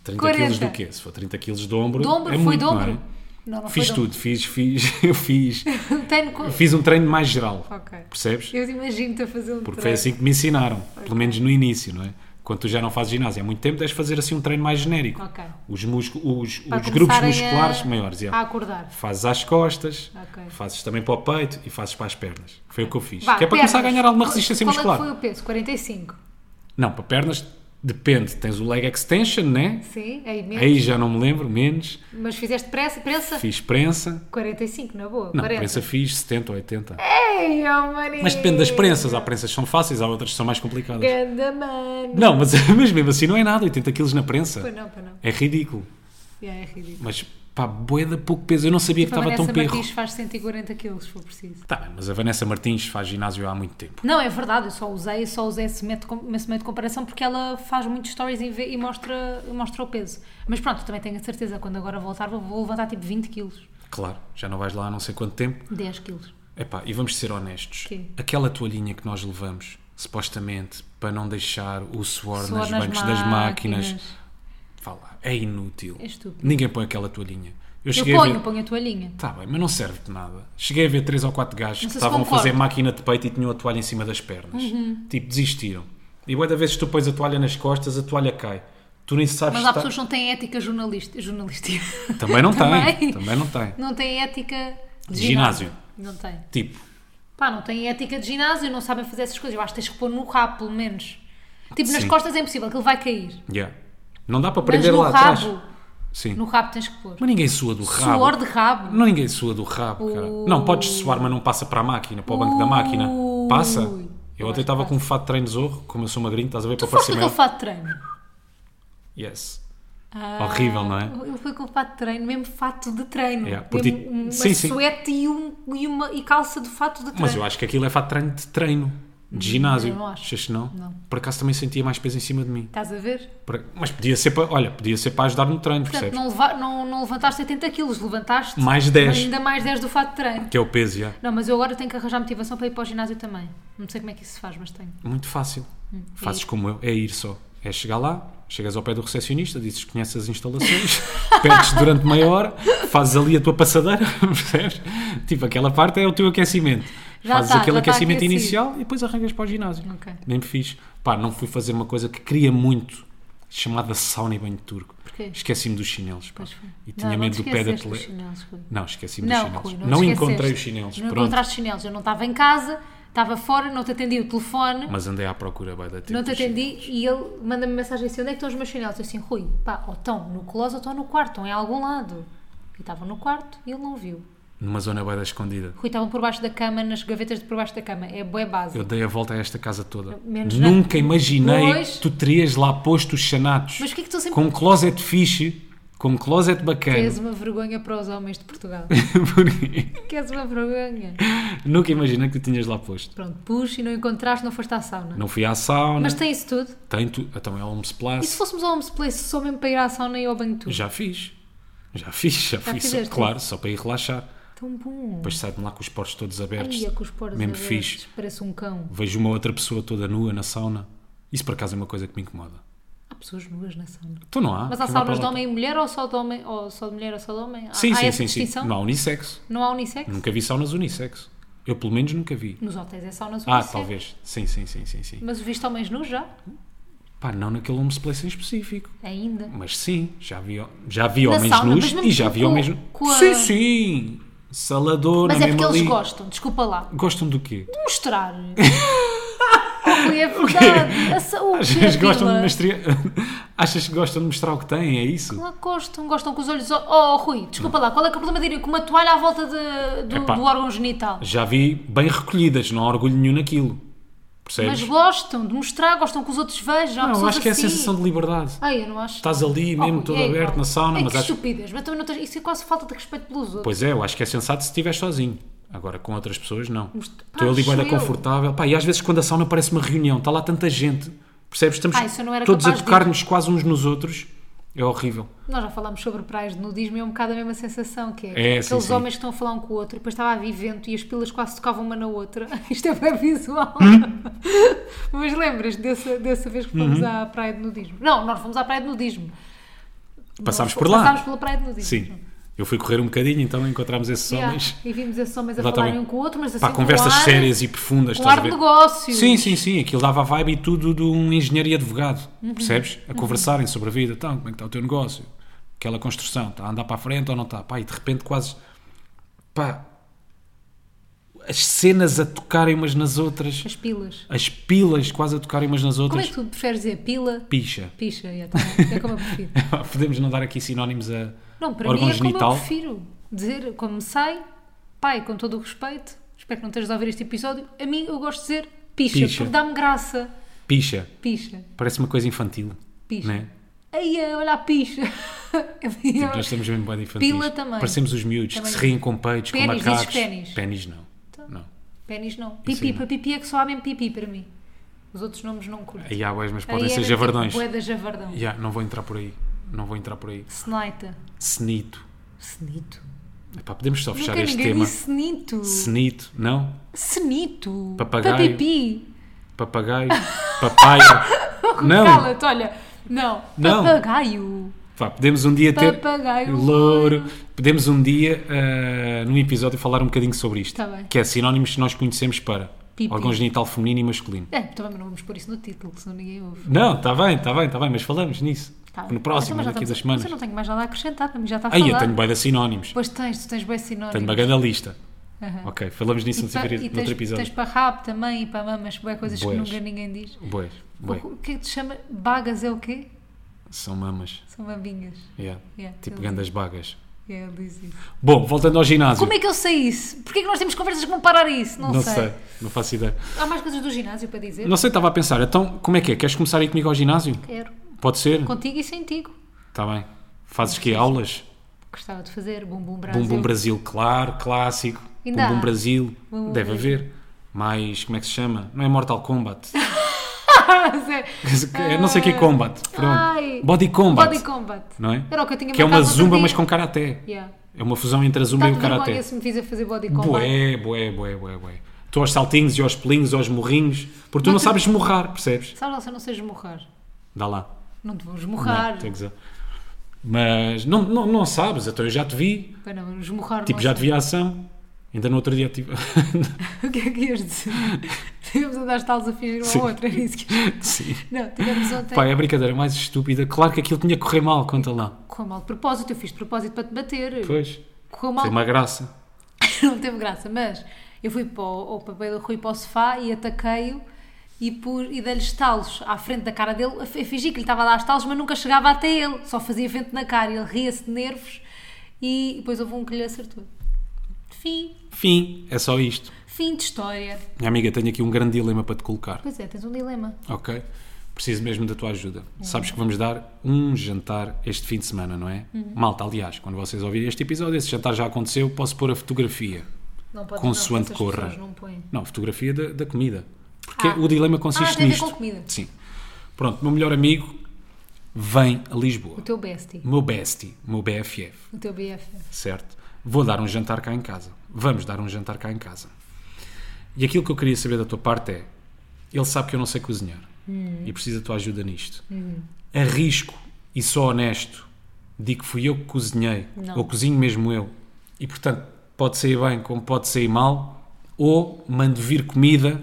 Speaker 2: 30
Speaker 1: 40.
Speaker 2: quilos do quê? Se for 30 quilos de ombro,
Speaker 1: Dobro,
Speaker 2: é
Speaker 1: foi
Speaker 2: muito,
Speaker 1: dobro.
Speaker 2: não é?
Speaker 1: Não, não
Speaker 2: Fiz
Speaker 1: foi
Speaker 2: tudo, fiz, fiz, eu fiz,
Speaker 1: dobro. Tenho co-
Speaker 2: fiz um treino mais geral,
Speaker 1: Ok.
Speaker 2: percebes?
Speaker 1: Eu te imagino-te a fazer um
Speaker 2: Porque foi
Speaker 1: treino.
Speaker 2: assim que me ensinaram, pelo menos no início, não é? Quando tu já não fazes ginásio há muito tempo, deves fazer assim um treino mais genérico.
Speaker 1: Ok.
Speaker 2: Os, músculo, os,
Speaker 1: Para
Speaker 2: os grupos
Speaker 1: começarem a-
Speaker 2: musculares maiores,
Speaker 1: A
Speaker 2: yeah.
Speaker 1: acordar.
Speaker 2: fazes às costas,
Speaker 1: Ok.
Speaker 2: fazes também para o peito e fazes para as pernas. Foi o que eu fiz.
Speaker 1: Vá,
Speaker 2: que é para começar a
Speaker 1: pernas.
Speaker 2: ganhar alguma resistência
Speaker 1: Qual
Speaker 2: muscular.
Speaker 1: Qual é que foi o peso? 45.
Speaker 2: Não, para pernas depende, tens o leg extension, né?
Speaker 1: Sim, aí mesmo.
Speaker 2: Aí já não me lembro, menos.
Speaker 1: Mas fizeste pressa, prensa?
Speaker 2: Fiz prensa.
Speaker 1: 45, na boa.
Speaker 2: Não, é
Speaker 1: 40.
Speaker 2: prensa fiz 70 ou 80.
Speaker 1: Ei, oh, maninho.
Speaker 2: Mas depende das prensas. Há prensas que são fáceis, há outras que são mais complicadas.
Speaker 1: Ganda mano.
Speaker 2: Não, mas, mas mesmo assim não é nada. 80 quilos na prensa.
Speaker 1: Pois não, pois não.
Speaker 2: É ridículo.
Speaker 1: Yeah, é ridículo.
Speaker 2: Mas pá, boeda pouco peso. Eu não sabia É que
Speaker 1: Para a
Speaker 2: estava tão
Speaker 1: Vanessa
Speaker 2: perro.
Speaker 1: Martins faz 140 quilos, se for preciso.
Speaker 2: Tá, bem, mas a Vanessa Martins faz ginásio há muito tempo.
Speaker 1: Não, é verdade, eu só usei, eu só usei esse método, esse método de comparação porque ela faz muitos stories e, vê- e mostra, e mostra o peso. Mas pronto, também tenho a certeza, quando agora voltar, vou, vou levantar tipo 20 quilos,
Speaker 2: Claro, já não vais lá há não sei quanto tempo.
Speaker 1: 10 quilos.
Speaker 2: Epá, e vamos ser honestos.
Speaker 1: Quê?
Speaker 2: Aquela toalhinha que nós levamos, supostamente, para não deixar o suor,
Speaker 1: Suor
Speaker 2: nos
Speaker 1: nas
Speaker 2: bancos das máquinas,
Speaker 1: máquinas.
Speaker 2: vá lá, é inútil.
Speaker 1: É estúpido.
Speaker 2: Ninguém põe aquela toalhinha. Eu,
Speaker 1: Eu
Speaker 2: cheguei a ver-
Speaker 1: ponho, ponho a toalhinha.
Speaker 2: Tá bem, mas não serve de nada. Cheguei a ver três ou quatro gajos que
Speaker 1: sei se
Speaker 2: estavam a
Speaker 1: concordo. Uhum.
Speaker 2: fazer máquina de peito e tinham a toalha em cima das pernas. Tipo, desistiram. E bué da vezes tu pões a toalha nas costas, a toalha cai. Tu nem sabes
Speaker 1: Mas
Speaker 2: se
Speaker 1: há
Speaker 2: tá-
Speaker 1: pessoas que não têm ética jornalista, jornalística.
Speaker 2: Também não
Speaker 1: Também.
Speaker 2: tem. Também não tem.
Speaker 1: Não têm ética de
Speaker 2: De
Speaker 1: ginásio.
Speaker 2: ginásio.
Speaker 1: Não têm.
Speaker 2: Tipo,
Speaker 1: Pá, não têm ética de ginásio, não sabem fazer essas coisas. Eu acho que tens que pôr no rabo, pelo menos. Tipo, nas
Speaker 2: Sim.
Speaker 1: costas é impossível, aquilo vai cair.
Speaker 2: yeah. não dá para
Speaker 1: Mas
Speaker 2: prender
Speaker 1: no
Speaker 2: lá atrás.
Speaker 1: rabo,
Speaker 2: Sim.
Speaker 1: no rabo tens que pôr.
Speaker 2: Mas ninguém sua do rabo.
Speaker 1: Suor de rabo.
Speaker 2: Não é ninguém sua do rabo, cara. Não, podes suar, mas não passa para a máquina, para o banco da máquina. Passa.
Speaker 1: Ui. Eu
Speaker 2: Eu
Speaker 1: acho
Speaker 2: ontem
Speaker 1: que
Speaker 2: estava
Speaker 1: passa.
Speaker 2: com um fato de treino zorro, como eu sou magrinho, estás a ver,
Speaker 1: Tu
Speaker 2: para
Speaker 1: foste
Speaker 2: parecer
Speaker 1: com aquele
Speaker 2: maior.
Speaker 1: fato de treino.
Speaker 2: Yes.
Speaker 1: Ah,
Speaker 2: Horrível, não é?
Speaker 1: Ele foi com fato de treino, mesmo fato de treino.
Speaker 2: Yeah, por
Speaker 1: mesmo
Speaker 2: ti-
Speaker 1: uma
Speaker 2: sim, sim.
Speaker 1: suete E, um- e uma e calça de fato de treino.
Speaker 2: Mas eu acho que aquilo é fato de treino de treino. De ginásio.
Speaker 1: eu não acho.
Speaker 2: Achas que não?
Speaker 1: Não.
Speaker 2: Por acaso também sentia mais peso em cima de mim.
Speaker 1: Estás a ver?
Speaker 2: Por- Mas podia ser para, olha, podia ser para ajudar no treino,
Speaker 1: Portanto,
Speaker 2: percebes?
Speaker 1: não, leva- não- não levantaste 70 quilos, levantaste
Speaker 2: Mais 10.
Speaker 1: ainda mais 10 do fato de treino.
Speaker 2: Que é o peso, já.
Speaker 1: Não, mas eu agora tenho que arranjar motivação para ir para o ginásio também. Não sei como é que isso se faz, mas tenho.
Speaker 2: Muito fácil. Fazes
Speaker 1: ir.
Speaker 2: como eu, é ir só. É chegar lá, chegas ao pé do recepcionista, dizes que conheces as instalações, perdes durante meia hora, fazes ali a tua passadeira, percebes? Tipo, aquela parte é o teu aquecimento.
Speaker 1: Já
Speaker 2: fazes
Speaker 1: tá,
Speaker 2: aquele
Speaker 1: já tá
Speaker 2: aquecimento
Speaker 1: aquecido.
Speaker 2: inicial e depois arrancas para o ginásio.
Speaker 1: Ok.
Speaker 2: Bem fiz. Pá, não fui fazer uma coisa que queria muito, chamada sauna e banho turco.
Speaker 1: Porquê?
Speaker 2: Esqueci-me dos chinelos, pá.
Speaker 1: Pois foi.
Speaker 2: E tinha
Speaker 1: Não, não
Speaker 2: medo
Speaker 1: te
Speaker 2: do pé da
Speaker 1: esqueceste dos
Speaker 2: tele-
Speaker 1: chinelos, Rui.
Speaker 2: Não, esqueci-me dos
Speaker 1: Não,
Speaker 2: chinelos.
Speaker 1: Rui,
Speaker 2: não
Speaker 1: não, te esqueceste.
Speaker 2: encontrei os chinelos.
Speaker 1: Não
Speaker 2: Pronto.
Speaker 1: encontraste os chinelos. Eu não estava em casa, estava fora, não te atendi o telefone,
Speaker 2: Mas andei à procura, vai dar tempo.
Speaker 1: não te
Speaker 2: dos
Speaker 1: atendi e ele manda-me mensagem assim: onde é que estão os meus chinelos? Eu assim, Rui, pá, ou estão no closet ou estão no quarto, estão em algum lado. E estavam no quarto e ele não viu.
Speaker 2: numa zona bem escondida.
Speaker 1: Rui, estavam por baixo da cama, nas gavetas de por baixo da cama. É boa base.
Speaker 2: Eu dei a volta a esta casa toda.
Speaker 1: Menos na-
Speaker 2: Nunca imaginei
Speaker 1: Pois.
Speaker 2: que tu terias lá posto os chanatos.
Speaker 1: Mas o que é que tu sempre-
Speaker 2: Com um closet fixe, com um closet bacana.
Speaker 1: És uma vergonha para os homens de Portugal.
Speaker 2: Porque
Speaker 1: que és uma vergonha.
Speaker 2: Nunca imaginei que tu tinhas lá posto.
Speaker 1: Pronto, puxa e não encontraste, não foste à sauna.
Speaker 2: Não fui à sauna,
Speaker 1: Mas tem isso tudo.
Speaker 2: tem tu... então é Homes
Speaker 1: E se
Speaker 2: Plus.
Speaker 1: fôssemos ao Homes Place só mesmo para ir à sauna e ao banho tudo?
Speaker 2: Já fiz. Já fiz, já, fiz. só-
Speaker 1: fizeste?
Speaker 2: claro, só para ir relaxar.
Speaker 1: Tão bom.
Speaker 2: Depois saio-me lá com os poros todos abertos.
Speaker 1: Ai, é com os poros
Speaker 2: mesmo
Speaker 1: abertos,
Speaker 2: fixe.
Speaker 1: Parece um cão.
Speaker 2: Vejo uma outra pessoa toda nua na sauna. Isso por acaso é uma coisa que me incomoda.
Speaker 1: Há pessoas nuas na sauna.
Speaker 2: Tu não há.
Speaker 1: Mas há
Speaker 2: quem vai
Speaker 1: saunas de
Speaker 2: para lá?
Speaker 1: homem Ah, é e mulher ou só de, homem, ou só de mulher ou só de homem? Há-
Speaker 2: Sim,
Speaker 1: há
Speaker 2: sim,
Speaker 1: essa
Speaker 2: sim, sim.
Speaker 1: distinção?
Speaker 2: Não há unissex.
Speaker 1: Não há unissex?
Speaker 2: Nunca vi saunas unissex. Eu pelo menos nunca vi.
Speaker 1: Nos hotéis é saunas
Speaker 2: Ah,
Speaker 1: unissex.
Speaker 2: talvez. Sim, sim, sim, sim, sim.
Speaker 1: Mas viste homens nus já?
Speaker 2: Pá, não naquele homeless place em específico.
Speaker 1: Ainda.
Speaker 2: Mas sim, já vi, já vi
Speaker 1: Na
Speaker 2: homens
Speaker 1: sauna,
Speaker 2: nus
Speaker 1: mas mesmo
Speaker 2: e já vi
Speaker 1: com-
Speaker 2: homens nus.
Speaker 1: com a-
Speaker 2: Sim, sim. Saladona,
Speaker 1: Mas é porque
Speaker 2: mesmo
Speaker 1: eles
Speaker 2: ali.
Speaker 1: gostam, desculpa lá.
Speaker 2: Gostam do quê?
Speaker 1: De mostrar. Oh, Rui, é verdade. A saúde.
Speaker 2: Às vezes gostam de mostrar... Achas que gostam de mostrar o que têm, é isso?
Speaker 1: Lá gostam, gostam com os olhos. Oh, oh, Rui, desculpa lá, qual é que é o problema de irem com uma toalha à volta de- do,
Speaker 2: Epá.
Speaker 1: do órgão genital?
Speaker 2: Já vi bem recolhidas, não há orgulho nenhum naquilo. Percebes?
Speaker 1: Mas gostam de mostrar, gostam que os outros vejam. há
Speaker 2: não,
Speaker 1: pessoas
Speaker 2: acho que é a
Speaker 1: assim.
Speaker 2: sensação de liberdade.
Speaker 1: Ai, eu não acho.
Speaker 2: Estás ali
Speaker 1: Oh,
Speaker 2: mesmo
Speaker 1: Rui,
Speaker 2: todo
Speaker 1: é
Speaker 2: aberto
Speaker 1: igual.
Speaker 2: na sauna,
Speaker 1: Ei,
Speaker 2: mas
Speaker 1: que
Speaker 2: acho...
Speaker 1: estupidez, mas também não tens... isso é quase falta de respeito pelos outros.
Speaker 2: Pois é, eu acho que é sensato se estiver sozinho. Agora, com outras pessoas, não.
Speaker 1: Mas, pá,
Speaker 2: Estou ali
Speaker 1: sou
Speaker 2: guarda
Speaker 1: eu.
Speaker 2: confortável. Pá, e às vezes quando a sauna parece uma reunião, está lá tanta gente. Percebes? Estamos
Speaker 1: Ah, isso eu não era
Speaker 2: todos a
Speaker 1: capaz de-
Speaker 2: tocar-nos quase uns nos outros. É horrível.
Speaker 1: Nós já falámos sobre praias de nudismo e é um bocado a mesma sensação que é.
Speaker 2: É,
Speaker 1: aqueles
Speaker 2: sim, sim.
Speaker 1: homens que estão a falar um com o outro, depois estava a vir vento e as pilas quase tocavam uma na outra. Isto é bem visual.
Speaker 2: Hum?
Speaker 1: Mas lembras dessa, dessa vez que
Speaker 2: Uhum.
Speaker 1: fomos à praia de nudismo? Não, nós fomos à praia de nudismo.
Speaker 2: Passámos
Speaker 1: Nós
Speaker 2: por lá.
Speaker 1: Passámos pela praia de nudismo.
Speaker 2: Sim. Eu fui correr um bocadinho, então encontramos esses
Speaker 1: Yeah.
Speaker 2: homens.
Speaker 1: E vimos esses homens a
Speaker 2: Exatamente.
Speaker 1: falarem um com o outro, mas assim
Speaker 2: Pá,
Speaker 1: com
Speaker 2: conversas
Speaker 1: ar,
Speaker 2: sérias e profundas.
Speaker 1: com
Speaker 2: estás
Speaker 1: ar
Speaker 2: a
Speaker 1: de
Speaker 2: ver?
Speaker 1: negócio.
Speaker 2: Sim, sim, sim. Aquilo dava a vibe e tudo de um engenheiro e advogado.
Speaker 1: Uhum.
Speaker 2: Percebes? A conversarem sobre a vida. Então, como é que está o teu negócio? Aquela construção. Está a andar para a frente ou não está? Pá, e de repente quase... Pá... As cenas a tocarem umas nas outras.
Speaker 1: As pilas.
Speaker 2: As pilas quase a tocarem umas nas
Speaker 1: Como
Speaker 2: outras.
Speaker 1: é que tu preferes dizer? Pila?
Speaker 2: Picha.
Speaker 1: Picha, yeah, tá bem. é como eu prefiro.
Speaker 2: Podemos não dar aqui sinónimos a
Speaker 1: Não, para
Speaker 2: órgão
Speaker 1: mim é
Speaker 2: genital.
Speaker 1: como eu prefiro dizer, como sai, pai, com todo o respeito, espero que não estejas a ouvir este episódio. A mim eu gosto de dizer picha,
Speaker 2: Picha.
Speaker 1: porque dá-me graça.
Speaker 2: Picha.
Speaker 1: Picha,
Speaker 2: Parece uma coisa infantil.
Speaker 1: picha.
Speaker 2: Né?
Speaker 1: Aí, olha a picha. Eu-
Speaker 2: Tipo, nós estamos mesmo bem infantis.
Speaker 1: Pila também.
Speaker 2: Parecemos os miúdos
Speaker 1: Também.
Speaker 2: que se riem com peitos,
Speaker 1: Pénis,
Speaker 2: com
Speaker 1: dizes Então.
Speaker 2: macacos.
Speaker 1: pénis.
Speaker 2: Pénis não. Não.
Speaker 1: Pênis não.
Speaker 2: Isso
Speaker 1: Pipi,
Speaker 2: aí
Speaker 1: para pipi é que só há mesmo pipi para mim. Os outros nomes não curto.
Speaker 2: Aí há boés, mas
Speaker 1: Aí
Speaker 2: podem
Speaker 1: era
Speaker 2: ser
Speaker 1: tipo
Speaker 2: javardões.
Speaker 1: bué da javardão.
Speaker 2: Ya, não vou entrar por aí. Não vou entrar por aí.
Speaker 1: Snaita.
Speaker 2: Senito.
Speaker 1: Senito.
Speaker 2: Epá, podemos só fechar
Speaker 1: Nunca
Speaker 2: este
Speaker 1: ninguém
Speaker 2: tema.
Speaker 1: disse senito.
Speaker 2: Senito, não?
Speaker 1: Senito.
Speaker 2: Papagaio.
Speaker 1: Para pipi.
Speaker 2: Papagaio. Papaya. não!
Speaker 1: Cala-te, olha. Não.
Speaker 2: Não.
Speaker 1: Papagaio.
Speaker 2: Pá, podemos um dia ter.
Speaker 1: Papagaio
Speaker 2: Louro. Podemos um dia, ah, num episódio, falar um bocadinho sobre isto.
Speaker 1: Tá bem.
Speaker 2: Que é sinónimos que nós conhecemos para
Speaker 1: Pipi.
Speaker 2: órgão genital feminino e masculino.
Speaker 1: É, também não vamos pôr isso no título, que senão ninguém ouve.
Speaker 2: Não, está bem, está bem, está bem, mas falamos nisso.
Speaker 1: Tá bem.
Speaker 2: No próximo,
Speaker 1: Então, mas já
Speaker 2: daqui
Speaker 1: estamos
Speaker 2: duas
Speaker 1: a-
Speaker 2: semanas.
Speaker 1: Mas eu não tenho mais nada a acrescentar, para mim já está a falar.
Speaker 2: Aí eu tenho bué de sinónimos.
Speaker 1: Pois tens, tu tens bem sinónimos.
Speaker 2: Tenho uma grande lista.
Speaker 1: Aham.
Speaker 2: Ok, falamos nisso
Speaker 1: E,
Speaker 2: no
Speaker 1: pa,
Speaker 2: outro
Speaker 1: e tens,
Speaker 2: episódio.
Speaker 1: tens para rabo também e para mamas, bué coisas
Speaker 2: Bués.
Speaker 1: que nunca ninguém diz.
Speaker 2: Boas, boas.
Speaker 1: O, o que é que te chama? Bagas é o quê?
Speaker 2: São mamas.
Speaker 1: São maminhas.
Speaker 2: Yeah.
Speaker 1: Yeah,
Speaker 2: tipo
Speaker 1: ele-
Speaker 2: grandes bagas.
Speaker 1: É, ele diz isso.
Speaker 2: Bom, voltando ao ginásio.
Speaker 1: Como é que eu sei isso? Porquê é que nós temos conversas que vão parar a isso? Não,
Speaker 2: não, sei. não faço ideia.
Speaker 1: Há mais coisas do ginásio para dizer?
Speaker 2: Não sei, estava a pensar, então como é que é? Queres começar aí comigo ao ginásio?
Speaker 1: Quero.
Speaker 2: Pode ser?
Speaker 1: Contigo e sem ti.
Speaker 2: Está bem. Fazes que aulas?
Speaker 1: Gostava de fazer bumbum Brasil.
Speaker 2: Bumbum Brasil, claro, clássico.
Speaker 1: Ainda há.
Speaker 2: Bumbum Brasil,
Speaker 1: Bumbum
Speaker 2: deve
Speaker 1: Brasil.
Speaker 2: haver. mais. Como é que se chama? Não é Mortal Kombat.
Speaker 1: Sério.
Speaker 2: É, não sei o que é Combat. Pronto.
Speaker 1: Ah. Ai.
Speaker 2: Body Combat.
Speaker 1: Body Combat.
Speaker 2: Não é?
Speaker 1: Era o que eu tinha
Speaker 2: é uma
Speaker 1: marcado no outro
Speaker 2: zumba,
Speaker 1: dia.
Speaker 2: mas com karaté.
Speaker 1: Yeah.
Speaker 2: É uma fusão entre a zumba e o
Speaker 1: Tanto vergonha
Speaker 2: karaté.
Speaker 1: se assim, me fiz a fazer body combat.
Speaker 2: Bué, bué, bué, bué, bué. Tu aos saltinhos e aos pelinhos, aos morrinhos, porque tu não
Speaker 1: Mas tu-
Speaker 2: sabes morrar, percebes?
Speaker 1: Sabes lá se eu não sei esmurrar.
Speaker 2: Dá lá.
Speaker 1: Não te vou
Speaker 2: Não,
Speaker 1: esmurrar.
Speaker 2: tem que dizer. Mas não, não, não sabes, então eu já te vi,
Speaker 1: Pois não, mas esmurrar
Speaker 2: tipo,
Speaker 1: não
Speaker 2: já
Speaker 1: sei.
Speaker 2: te vi a ação. Ainda no outro dia tive.
Speaker 1: O que é que ias dizer? Tivemos a dar talos a fingir
Speaker 2: Sim.
Speaker 1: um ao outro, era isso que ias
Speaker 2: Sim.
Speaker 1: Não, tivemos ontem.
Speaker 2: Pá, é a brincadeira mais estúpida. Claro que aquilo tinha que correr mal, conta lá.
Speaker 1: Correu mal de propósito, eu fiz de propósito para te bater.
Speaker 2: Pois.
Speaker 1: Correu mal,
Speaker 2: Tem uma graça.
Speaker 1: não teve graça, mas eu fui para o, ao papel do Rui para o sofá e ataquei-o e, pus- e dei-lhe estalos à frente da cara dele. Eu fingi que lhe estava a dar estalos, mas nunca chegava até ele, só fazia vento na cara. Ele ria-se de nervos e depois houve um que lhe acertou. Fim,
Speaker 2: Fim, é só isto.
Speaker 1: fim de história.
Speaker 2: Minha amiga, tenho aqui um grande dilema para te colocar.
Speaker 1: Pois é, tens um dilema.
Speaker 2: Ok? Preciso mesmo da tua ajuda. Sabes que vamos dar um jantar este fim de semana, não é?
Speaker 1: Uhum.
Speaker 2: Malta, aliás, quando vocês ouvirem este episódio, esse jantar já aconteceu, posso pôr a fotografia.
Speaker 1: Não pode
Speaker 2: Consoante corra.
Speaker 1: Não põem.
Speaker 2: Não, fotografia da, da comida. Porque
Speaker 1: Ah.
Speaker 2: o dilema consiste
Speaker 1: Ah, tem a ver
Speaker 2: nisto.
Speaker 1: com comida.
Speaker 2: Sim. Pronto, meu melhor amigo vem a Lisboa.
Speaker 1: O teu bestie,
Speaker 2: Meu bestie, meu BFF,
Speaker 1: o teu BFF.
Speaker 2: certo? Vou dar um jantar cá em casa. Vamos dar um jantar cá em casa. E aquilo que eu queria saber da tua parte é: ele sabe que eu não sei cozinhar
Speaker 1: Hum.
Speaker 2: e precisa da tua ajuda nisto. Arrisco e sou honesto, digo que fui eu que cozinhei,
Speaker 1: Não.
Speaker 2: ou cozinho mesmo eu, e portanto pode sair bem como pode sair mal, ou mando vir comida,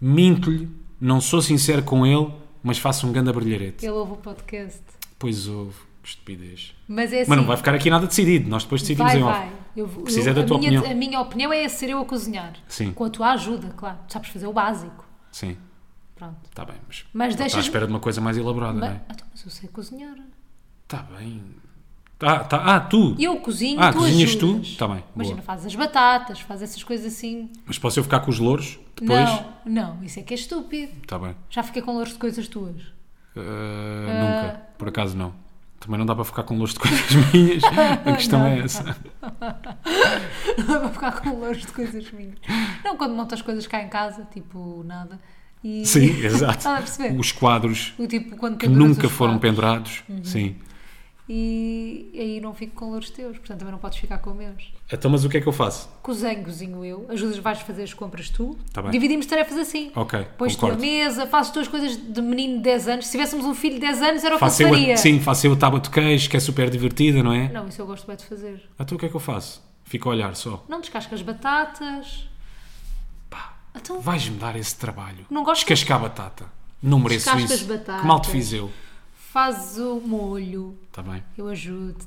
Speaker 2: minto-lhe, não sou sincero com ele, mas faço um grande brilharete.
Speaker 1: Ele ouve o podcast.
Speaker 2: Pois houve, que estupidez.
Speaker 1: Mas é assim.
Speaker 2: Mas não vai ficar aqui nada decidido, nós depois decidimos
Speaker 1: Vai,
Speaker 2: em off.
Speaker 1: vai. Eu, vou-
Speaker 2: Precisa
Speaker 1: eu-
Speaker 2: da
Speaker 1: a
Speaker 2: tua
Speaker 1: minha,
Speaker 2: opinião.
Speaker 1: A minha opinião é ser eu a cozinhar.
Speaker 2: Sim.
Speaker 1: Com a tua ajuda, claro. Tu sabes fazer o básico.
Speaker 2: Sim,
Speaker 1: Pronto.
Speaker 2: está Tá bem, mas,
Speaker 1: Mas
Speaker 2: está à
Speaker 1: deixas-me.
Speaker 2: espera de uma coisa mais elaborada, não
Speaker 1: Mas,
Speaker 2: é?
Speaker 1: Ah, então, mas eu sei cozinhar.
Speaker 2: Está bem. Ah, tá, ah, tu!
Speaker 1: Eu cozinho,
Speaker 2: ah,
Speaker 1: tu
Speaker 2: cozinhas
Speaker 1: ajudas.
Speaker 2: tu? Está bem,
Speaker 1: Imagina,
Speaker 2: boa.
Speaker 1: fazes as batatas, fazes essas coisas assim.
Speaker 2: Mas posso eu ficar com os louros depois?
Speaker 1: Não, não, isso é que é estúpido.
Speaker 2: Está bem.
Speaker 1: Já fiquei com louros de coisas tuas.
Speaker 2: Uh,
Speaker 1: Eh,
Speaker 2: Nunca, por acaso não. Também não dá para ficar com louros de coisas minhas. A questão
Speaker 1: Não,
Speaker 2: é
Speaker 1: não.
Speaker 2: essa.
Speaker 1: Vou ficar com louros de coisas minhas. Não, quando montas coisas cá em casa, tipo nada. E...
Speaker 2: Sim, exato.
Speaker 1: Estás a perceber?
Speaker 2: Os quadros
Speaker 1: O tipo, quando
Speaker 2: que
Speaker 1: penduras
Speaker 2: nunca
Speaker 1: os Uhum.
Speaker 2: foram
Speaker 1: fatos.
Speaker 2: pendurados. Sim.
Speaker 1: E aí não fico com louros teus, portanto também não podes ficar com meus.
Speaker 2: Então, mas o que é que eu faço?
Speaker 1: Cozinho, cozinho eu, ajudas, vais fazer as compras tu.
Speaker 2: Tá bem.
Speaker 1: Dividimos tarefas assim.
Speaker 2: Ok,
Speaker 1: Pões tu a
Speaker 2: concordo.
Speaker 1: mesa, fazes tu as coisas de menino de 10 anos. Se tivéssemos um filho de 10 anos era o
Speaker 2: Faço
Speaker 1: que eu
Speaker 2: eu
Speaker 1: faria.
Speaker 2: a, sim, faço eu a tábua de queijo, que é super divertida, não é?
Speaker 1: Não, isso eu gosto bem de fazer.
Speaker 2: Então o que é que eu faço? Fico a olhar só.
Speaker 1: Não descascas batatas.
Speaker 2: Pá,
Speaker 1: Então,
Speaker 2: vais-me dar esse trabalho.
Speaker 1: Não gosto-
Speaker 2: Descascar batata. Não mereço
Speaker 1: Descascas
Speaker 2: isso.
Speaker 1: batata.
Speaker 2: Que mal te fiz eu.
Speaker 1: fazes o molho,
Speaker 2: Está Tá bem,
Speaker 1: eu ajudo-te.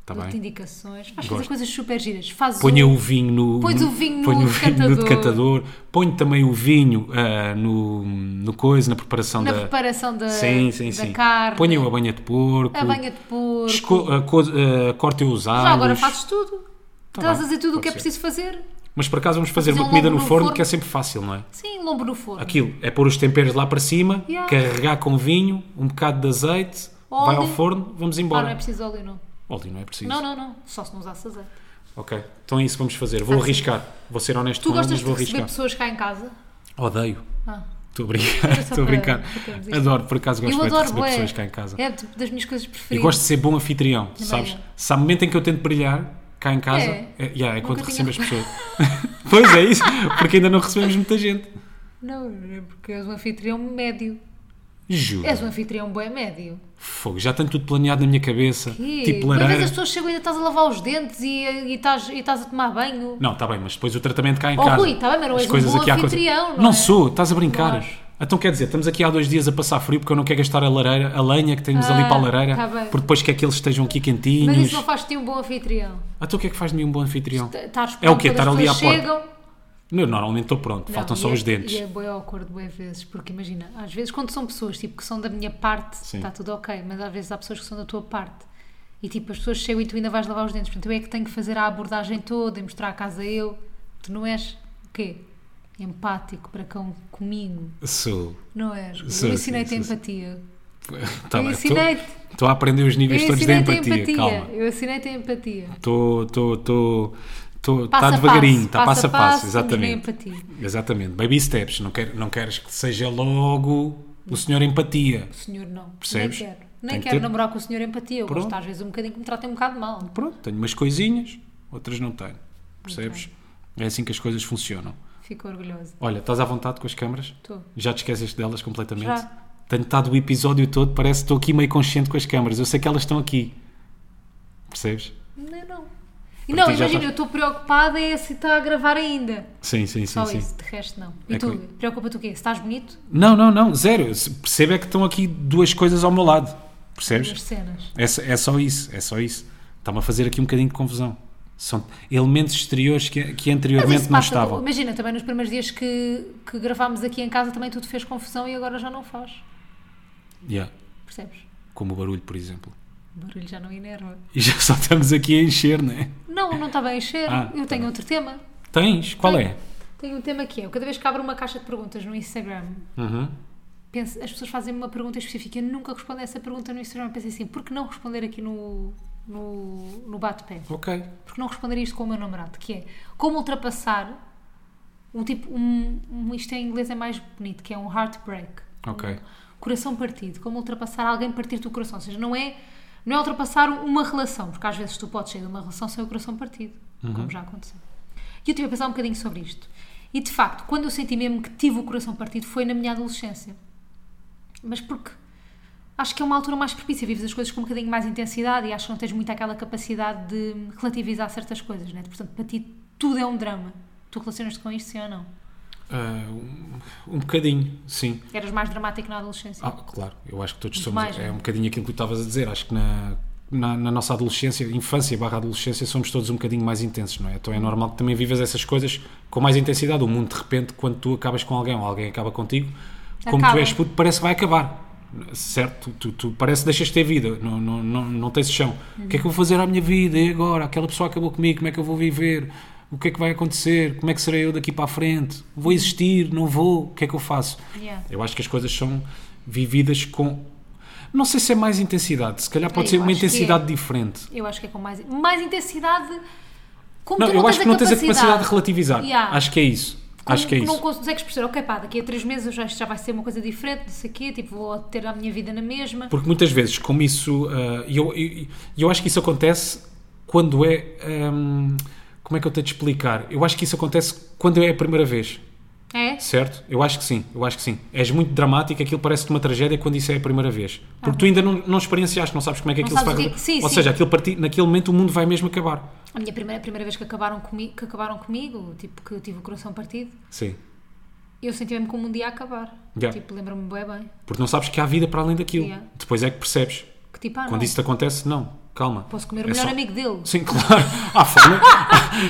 Speaker 2: está
Speaker 1: Dou-te
Speaker 2: Tá bem.
Speaker 1: indicações. Vais
Speaker 2: Gosto.
Speaker 1: fazer coisas super giras. Fazes
Speaker 2: Ponho
Speaker 1: o...
Speaker 2: o vinho no.
Speaker 1: Pões
Speaker 2: no-
Speaker 1: o vinho no
Speaker 2: ponho o vinho no
Speaker 1: decantador.
Speaker 2: decantador. Ponho também o vinho ah, no, no coisa, na preparação
Speaker 1: na
Speaker 2: da.
Speaker 1: preparação da,
Speaker 2: sim, sim,
Speaker 1: da
Speaker 2: sim.
Speaker 1: carne.
Speaker 2: Ponho a banha de porco.
Speaker 1: a banha de porco.
Speaker 2: Esco- ah, co- ah, corte os alhos.
Speaker 1: Já agora fazes tudo. Estás a
Speaker 2: Tá bem,
Speaker 1: fazer tudo o que é
Speaker 2: pode
Speaker 1: preciso fazer.
Speaker 2: Mas por acaso vamos fazer
Speaker 1: Fazer
Speaker 2: uma
Speaker 1: um
Speaker 2: comida no
Speaker 1: lombo no
Speaker 2: forno,
Speaker 1: forno.
Speaker 2: que é sempre fácil, não é?
Speaker 1: Sim, lombo no forno.
Speaker 2: Aquilo é pôr os temperos lá para cima,
Speaker 1: Yeah.
Speaker 2: carregar com vinho, um bocado de azeite, vai
Speaker 1: Óleo.
Speaker 2: ao forno, vamos
Speaker 1: Ah, não é
Speaker 2: embora.
Speaker 1: preciso óleo, não.
Speaker 2: Óleo não é preciso.
Speaker 1: Não, não, não. Só se não usasse azeite.
Speaker 2: Ok, então é isso que vamos fazer. Vou arriscar. Vou ser honesto
Speaker 1: Tu
Speaker 2: com ele,
Speaker 1: gostas
Speaker 2: mas
Speaker 1: de
Speaker 2: vou
Speaker 1: receber
Speaker 2: arriscar.
Speaker 1: pessoas cá em casa?
Speaker 2: Odeio.
Speaker 1: Ah.
Speaker 2: Estou a brincar.
Speaker 1: Era só
Speaker 2: Estou a
Speaker 1: para-
Speaker 2: brincar.
Speaker 1: para termos isto.
Speaker 2: Adoro, por acaso gosto
Speaker 1: eu
Speaker 2: bem de
Speaker 1: adoro
Speaker 2: receber
Speaker 1: bué.
Speaker 2: pessoas cá em casa.
Speaker 1: É tipo, das minhas coisas
Speaker 2: Eu
Speaker 1: preferidas.
Speaker 2: gosto de ser bom anfitrião, sabes?
Speaker 1: eu.
Speaker 2: Se há momento em que eu tento brilhar cá em casa,
Speaker 1: É?
Speaker 2: é, yeah, é quando
Speaker 1: Nunca
Speaker 2: recebo
Speaker 1: tinha
Speaker 2: as pessoas. pois é isso, porque ainda não recebemos muita gente.
Speaker 1: Não, é porque és um anfitrião médio.
Speaker 2: Juro.
Speaker 1: És um anfitrião bué médio.
Speaker 2: Fogo, já tenho tudo planeado na minha cabeça.
Speaker 1: E,
Speaker 2: Tipo
Speaker 1: Às vezes
Speaker 2: lareira.
Speaker 1: as pessoas chegam e ainda estás a lavar os dentes e, e, estás, e estás a tomar banho.
Speaker 2: Não, está bem, mas depois o tratamento cá em
Speaker 1: Oh,
Speaker 2: casa.
Speaker 1: Rui, tá bem, mas não
Speaker 2: as
Speaker 1: és um
Speaker 2: coisas
Speaker 1: bom
Speaker 2: aqui à coisa-
Speaker 1: anfitrião, não
Speaker 2: Não
Speaker 1: é?
Speaker 2: sou, estás a brincar.
Speaker 1: Não acho.
Speaker 2: Então quer dizer, estamos aqui há dois dias a passar frio porque eu não quero gastar a lareira, a lenha que temos
Speaker 1: Ah,
Speaker 2: ali para a lareira,
Speaker 1: tá bem.
Speaker 2: porque depois quer que eles estejam aqui quentinhos.
Speaker 1: Mas isso não faz de ti um bom anfitrião.
Speaker 2: Então o que é que faz de mim um bom anfitrião?
Speaker 1: T- Estás
Speaker 2: É o
Speaker 1: pronto
Speaker 2: quê? Estar
Speaker 1: quando
Speaker 2: ali
Speaker 1: as
Speaker 2: à
Speaker 1: pessoas
Speaker 2: porta?
Speaker 1: chegam.
Speaker 2: Eu normalmente estou pronto,
Speaker 1: Não,
Speaker 2: faltam
Speaker 1: e
Speaker 2: só
Speaker 1: é-
Speaker 2: os dentes.
Speaker 1: E é bué awkward bué vezes, porque imagina, às vezes quando são pessoas tipo, que são da minha parte,
Speaker 2: Sim.
Speaker 1: está tudo ok, mas às vezes há pessoas que são da tua parte. E tipo, as pessoas chegam e tu ainda vais lavar os dentes. Portanto, eu é que tenho que fazer a abordagem toda e mostrar a casa a eu. Tu não és o quê? Empático para com, comigo.
Speaker 2: Sou.
Speaker 1: Não és? Rui?
Speaker 2: Sou,
Speaker 1: eu ensinei-te
Speaker 2: sim, sou,
Speaker 1: empatia. eu
Speaker 2: Tá bem, estou-
Speaker 1: ensinei-te.
Speaker 2: Estou a aprender os
Speaker 1: Eu
Speaker 2: níveis todos de
Speaker 1: ensinei-te
Speaker 2: empatia,
Speaker 1: empatia.
Speaker 2: calma.
Speaker 1: Eu ensinei-te empatia.
Speaker 2: Estou- Estou estou- estou Está Tá devagarinho, está passo
Speaker 1: passo
Speaker 2: a passo,
Speaker 1: estamos na
Speaker 2: exatamente.
Speaker 1: empatia.
Speaker 2: Exatamente, baby steps, não, quer, não queres que seja logo o senhor empatia.
Speaker 1: O senhor não.
Speaker 2: Percebes?
Speaker 1: Nem quero. Nem
Speaker 2: Tem que
Speaker 1: quero
Speaker 2: ter-
Speaker 1: namorar com o senhor empatia. Eu gosto
Speaker 2: Pronto.
Speaker 1: às vezes um bocadinho que me tratem um bocado mal.
Speaker 2: Pronto, tenho umas coisinhas, outras não tenho. Percebes? É assim que as coisas funcionam.
Speaker 1: Fico orgulhosa.
Speaker 2: Olha, estás à vontade com as câmaras?
Speaker 1: Estou.
Speaker 2: Já te esqueces delas completamente?
Speaker 1: Já.
Speaker 2: Tenho estado o episódio todo, parece que estou aqui meio consciente com as câmaras. Eu sei que elas estão aqui. Percebes?
Speaker 1: Não, não. E
Speaker 2: Para
Speaker 1: não,
Speaker 2: ti já
Speaker 1: imagina,
Speaker 2: tá-
Speaker 1: eu estou preocupada é se está a gravar ainda.
Speaker 2: Sim, sim, sim.
Speaker 1: Só
Speaker 2: sim.
Speaker 1: isso, de resto não. E
Speaker 2: É
Speaker 1: tu,
Speaker 2: que-
Speaker 1: preocupa-te o quê? Se estás bonito,
Speaker 2: Não, não, não, zero. Se- Percebe é que estão aqui duas coisas ao meu lado.
Speaker 1: as
Speaker 2: Percebes?
Speaker 1: cenas.
Speaker 2: É, só- é só isso, é só isso. Está-me a fazer aqui um bocadinho de confusão. São elementos exteriores que, que
Speaker 1: Mas
Speaker 2: anteriormente
Speaker 1: isso
Speaker 2: não
Speaker 1: passa.
Speaker 2: estavam.
Speaker 1: Imagina, também nos primeiros dias que, que gravámos aqui em casa também tudo fez confusão e agora já não faz.
Speaker 2: Yeah.
Speaker 1: Percebes?
Speaker 2: Como o barulho, por exemplo.
Speaker 1: O barulho já não enerva.
Speaker 2: E já só estamos aqui a encher, não é?
Speaker 1: Não, não está bem a encher.
Speaker 2: Ah,
Speaker 1: eu
Speaker 2: tá
Speaker 1: tenho
Speaker 2: bem.
Speaker 1: outro tema.
Speaker 2: Tens? Qual
Speaker 1: Tenho.
Speaker 2: é?
Speaker 1: Tenho um tema que é, eu cada vez que abro uma caixa de perguntas no Instagram,
Speaker 2: Uhum.
Speaker 1: penso- as pessoas fazem-me uma pergunta específica, eu nunca respondo a essa pergunta no Instagram. Eu Pensei assim, por que não responder aqui no, no, no bate-pé?
Speaker 2: Ok.
Speaker 1: Por que não responder isto com o meu namorado? Que é, como ultrapassar um tipo, um, um- isto em inglês é mais bonito, que é um heartbreak.
Speaker 2: Ok.
Speaker 1: Um coração partido. Como ultrapassar alguém partir do coração. Ou seja, não é, não é ultrapassar uma relação, porque às vezes tu podes sair de uma relação sem o coração partido, como já aconteceu. E eu estive a pensar um bocadinho sobre isto. E de facto, quando eu senti mesmo que tive o coração partido foi na minha adolescência. Mas porque acho que é uma altura mais propícia, vives as coisas com um bocadinho mais intensidade e acho que não tens muito aquela capacidade de relativizar certas coisas, né? Portanto, para ti tudo é um drama. Tu relacionas-te com isto, sim ou não?
Speaker 2: Ah, um- um bocadinho, sim.
Speaker 1: Eras mais dramático na adolescência.
Speaker 2: Ah, claro, eu acho que todos
Speaker 1: Muito
Speaker 2: somos.
Speaker 1: assim. mais,
Speaker 2: é
Speaker 1: não é?
Speaker 2: um bocadinho aquilo que tu estavas a dizer. Acho que na, na, na nossa adolescência, infância barra adolescência, somos todos um bocadinho mais intensos, não é? Então é normal que também vivas essas coisas com mais intensidade. O mundo, de repente, quando tu acabas com alguém ou alguém acaba contigo, como
Speaker 1: Acaba.
Speaker 2: tu és puto, parece que vai acabar. Certo? Tu, tu- tu parece que deixas de ter vida, não, não, não, não tens chão. O que é que eu vou fazer à minha vida? E agora? Aquela pessoa acabou comigo, como é que eu vou viver? O que é que vai acontecer? Como é que serei eu daqui para a frente? Vou existir? Não vou? O que é que eu faço?
Speaker 1: Yeah.
Speaker 2: Eu acho que as coisas são vividas com. Não sei se é mais intensidade, se calhar pode
Speaker 1: Eu
Speaker 2: ser uma
Speaker 1: acho que
Speaker 2: intensidade
Speaker 1: é.
Speaker 2: diferente.
Speaker 1: Eu acho que é com mais, mais intensidade. Como
Speaker 2: Não,
Speaker 1: tu
Speaker 2: eu
Speaker 1: tens
Speaker 2: acho que não tens a capacidade de relativizar.
Speaker 1: Yeah.
Speaker 2: Acho que é isso.
Speaker 1: Como
Speaker 2: acho que é
Speaker 1: Não
Speaker 2: isso.
Speaker 1: consegues perceber, ok, pá, daqui a três meses eu já, isto já vai ser uma coisa diferente, não sei o quê, tipo, vou ter a minha vida na mesma.
Speaker 2: Porque muitas vezes, como isso. ah, E eu, eu, eu acho que isso acontece quando é. ahm, como é que eu tenho de explicar? Eu acho que isso acontece quando é a primeira vez,
Speaker 1: É?
Speaker 2: certo? Eu acho que sim, eu acho que sim. És muito dramático, aquilo parece-te uma tragédia quando isso é a primeira vez. Porque tu ainda não, não experienciaste, não sabes como é que
Speaker 1: Ah. Não
Speaker 2: aquilo se vai.
Speaker 1: sabes o que é que- sim,
Speaker 2: Ou
Speaker 1: sim.
Speaker 2: seja, aquilo parti... naquele momento o mundo vai mesmo acabar.
Speaker 1: A minha primeira, a primeira vez que acabaram, comi, que acabaram comigo, tipo, que eu tive o coração partido,
Speaker 2: Sim.
Speaker 1: eu senti mesmo como um dia a acabar.
Speaker 2: Yeah.
Speaker 1: Tipo, lembro-me bem bem.
Speaker 2: Porque não sabes que há vida para além daquilo.
Speaker 1: Yeah.
Speaker 2: Depois é que percebes.
Speaker 1: Que tipo, ah,
Speaker 2: Quando
Speaker 1: não,
Speaker 2: isso te acontece, não. Calma.
Speaker 1: posso comer o
Speaker 2: É
Speaker 1: melhor
Speaker 2: só-
Speaker 1: amigo dele.
Speaker 2: Sim, claro. Há forma.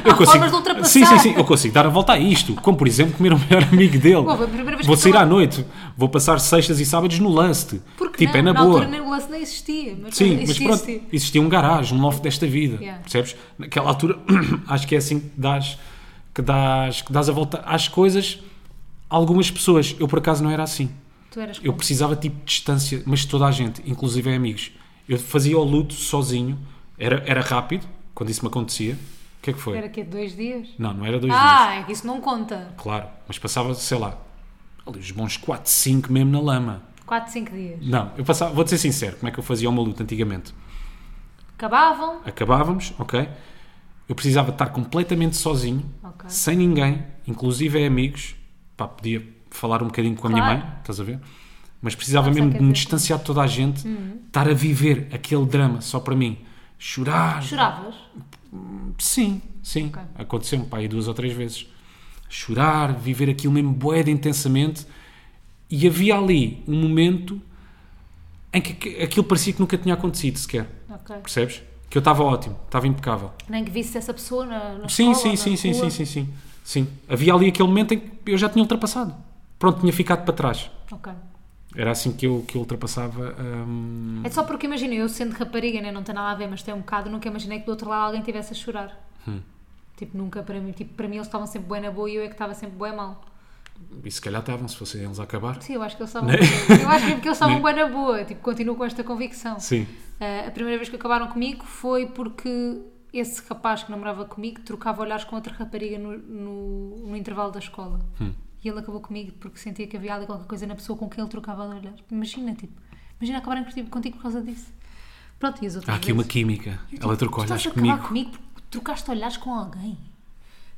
Speaker 2: Eu
Speaker 1: Há formas de ultrapassar.
Speaker 2: Sim, sim, sim. Eu consigo dar a volta a isto. Como, por exemplo, comer o melhor amigo dele.
Speaker 1: Bom, a primeira vez
Speaker 2: Vou
Speaker 1: que
Speaker 2: sair
Speaker 1: eu-
Speaker 2: à noite. Vou passar sextas e sábados no Lust.
Speaker 1: Porque
Speaker 2: tipo,
Speaker 1: não,
Speaker 2: é na,
Speaker 1: na
Speaker 2: boa.
Speaker 1: altura nem o lance nem existia. Mas
Speaker 2: Sim, mas
Speaker 1: existia, tipo,
Speaker 2: pronto,
Speaker 1: existia.
Speaker 2: existia um garagem, um loft desta vida,
Speaker 1: Yeah.
Speaker 2: percebes? Naquela altura, acho que é assim que dás, que, dás, que dás a volta às coisas. Algumas pessoas, eu por acaso não era assim.
Speaker 1: Tu eras
Speaker 2: Eu
Speaker 1: como?
Speaker 2: precisava tipo de distância, mas de toda a gente, inclusive amigos. Eu fazia o luto sozinho, era, era rápido, quando isso me acontecia. O que é que foi?
Speaker 1: Era que dois dias?
Speaker 2: Não, não era dois dias,
Speaker 1: ah, é que isso não conta.
Speaker 2: claro, mas passava, sei lá, ali os bons 4, 5 mesmo na lama.
Speaker 1: 4, 5 dias.
Speaker 2: Não, eu passava, vou-te ser sincero, como é que eu fazia uma luta antigamente?
Speaker 1: Acabavam?
Speaker 2: Acabávamos, ok? Eu precisava estar completamente sozinho,
Speaker 1: Ok.
Speaker 2: sem ninguém, inclusive amigos. Pá, podia falar um bocadinho com a minha
Speaker 1: Claro.
Speaker 2: mãe, estás a ver? Mas precisava
Speaker 1: Não sei o
Speaker 2: mesmo
Speaker 1: que
Speaker 2: de me
Speaker 1: dizer.
Speaker 2: distanciar de toda a gente,
Speaker 1: Uhum.
Speaker 2: estar a viver aquele drama só para mim. Chorar.
Speaker 1: Choravas?
Speaker 2: Sim, sim.
Speaker 1: Ok.
Speaker 2: Aconteceu-me, pá, aí duas ou três vezes. Chorar, viver aquilo mesmo boeda intensamente. E havia ali um momento em que aqu- aquilo parecia que nunca tinha acontecido sequer.
Speaker 1: Ok.
Speaker 2: Percebes? Que eu estava ótimo, estava impecável.
Speaker 1: Nem que visse essa pessoa na, na
Speaker 2: Sim,
Speaker 1: escola,
Speaker 2: sim,
Speaker 1: na
Speaker 2: sim, sim,
Speaker 1: rua.
Speaker 2: sim, sim, sim, sim. Havia ali aquele momento em que eu já tinha ultrapassado. Pronto, tinha ficado para trás.
Speaker 1: Ok.
Speaker 2: Era assim que eu, que eu ultrapassava. hum,
Speaker 1: É só porque imagina, eu sendo rapariga, né, não tem nada a ver, mas tem um bocado, nunca imaginei que do outro lado alguém estivesse a chorar.
Speaker 2: Hum.
Speaker 1: Tipo, nunca para mim. Tipo, para mim eles estavam sempre bem na boa e eu é que estava sempre bem mal.
Speaker 2: E se calhar estavam, se fossem eles a acabar.
Speaker 1: Sim, eu acho que eles estavam. eu acho mesmo que eles estavam
Speaker 2: Né?
Speaker 1: bem na boa. Tipo, continuo com esta convicção.
Speaker 2: Sim.
Speaker 1: Ah, a primeira vez que acabaram comigo foi porque esse rapaz que namorava comigo trocava olhares com outra rapariga no, no, no intervalo da escola.
Speaker 2: Hum.
Speaker 1: E ele acabou comigo porque sentia que havia ali qualquer coisa na pessoa com quem ele trocava olhares. Imagina, tipo, imagina acabarem contigo- contigo por causa disso. Pronto, e as outras
Speaker 2: Há aqui uma
Speaker 1: vezes?
Speaker 2: química.
Speaker 1: Tipo,
Speaker 2: Ela trocou olhares
Speaker 1: estás a acabar comigo
Speaker 2: comigo.
Speaker 1: porque trocaste olhares com alguém.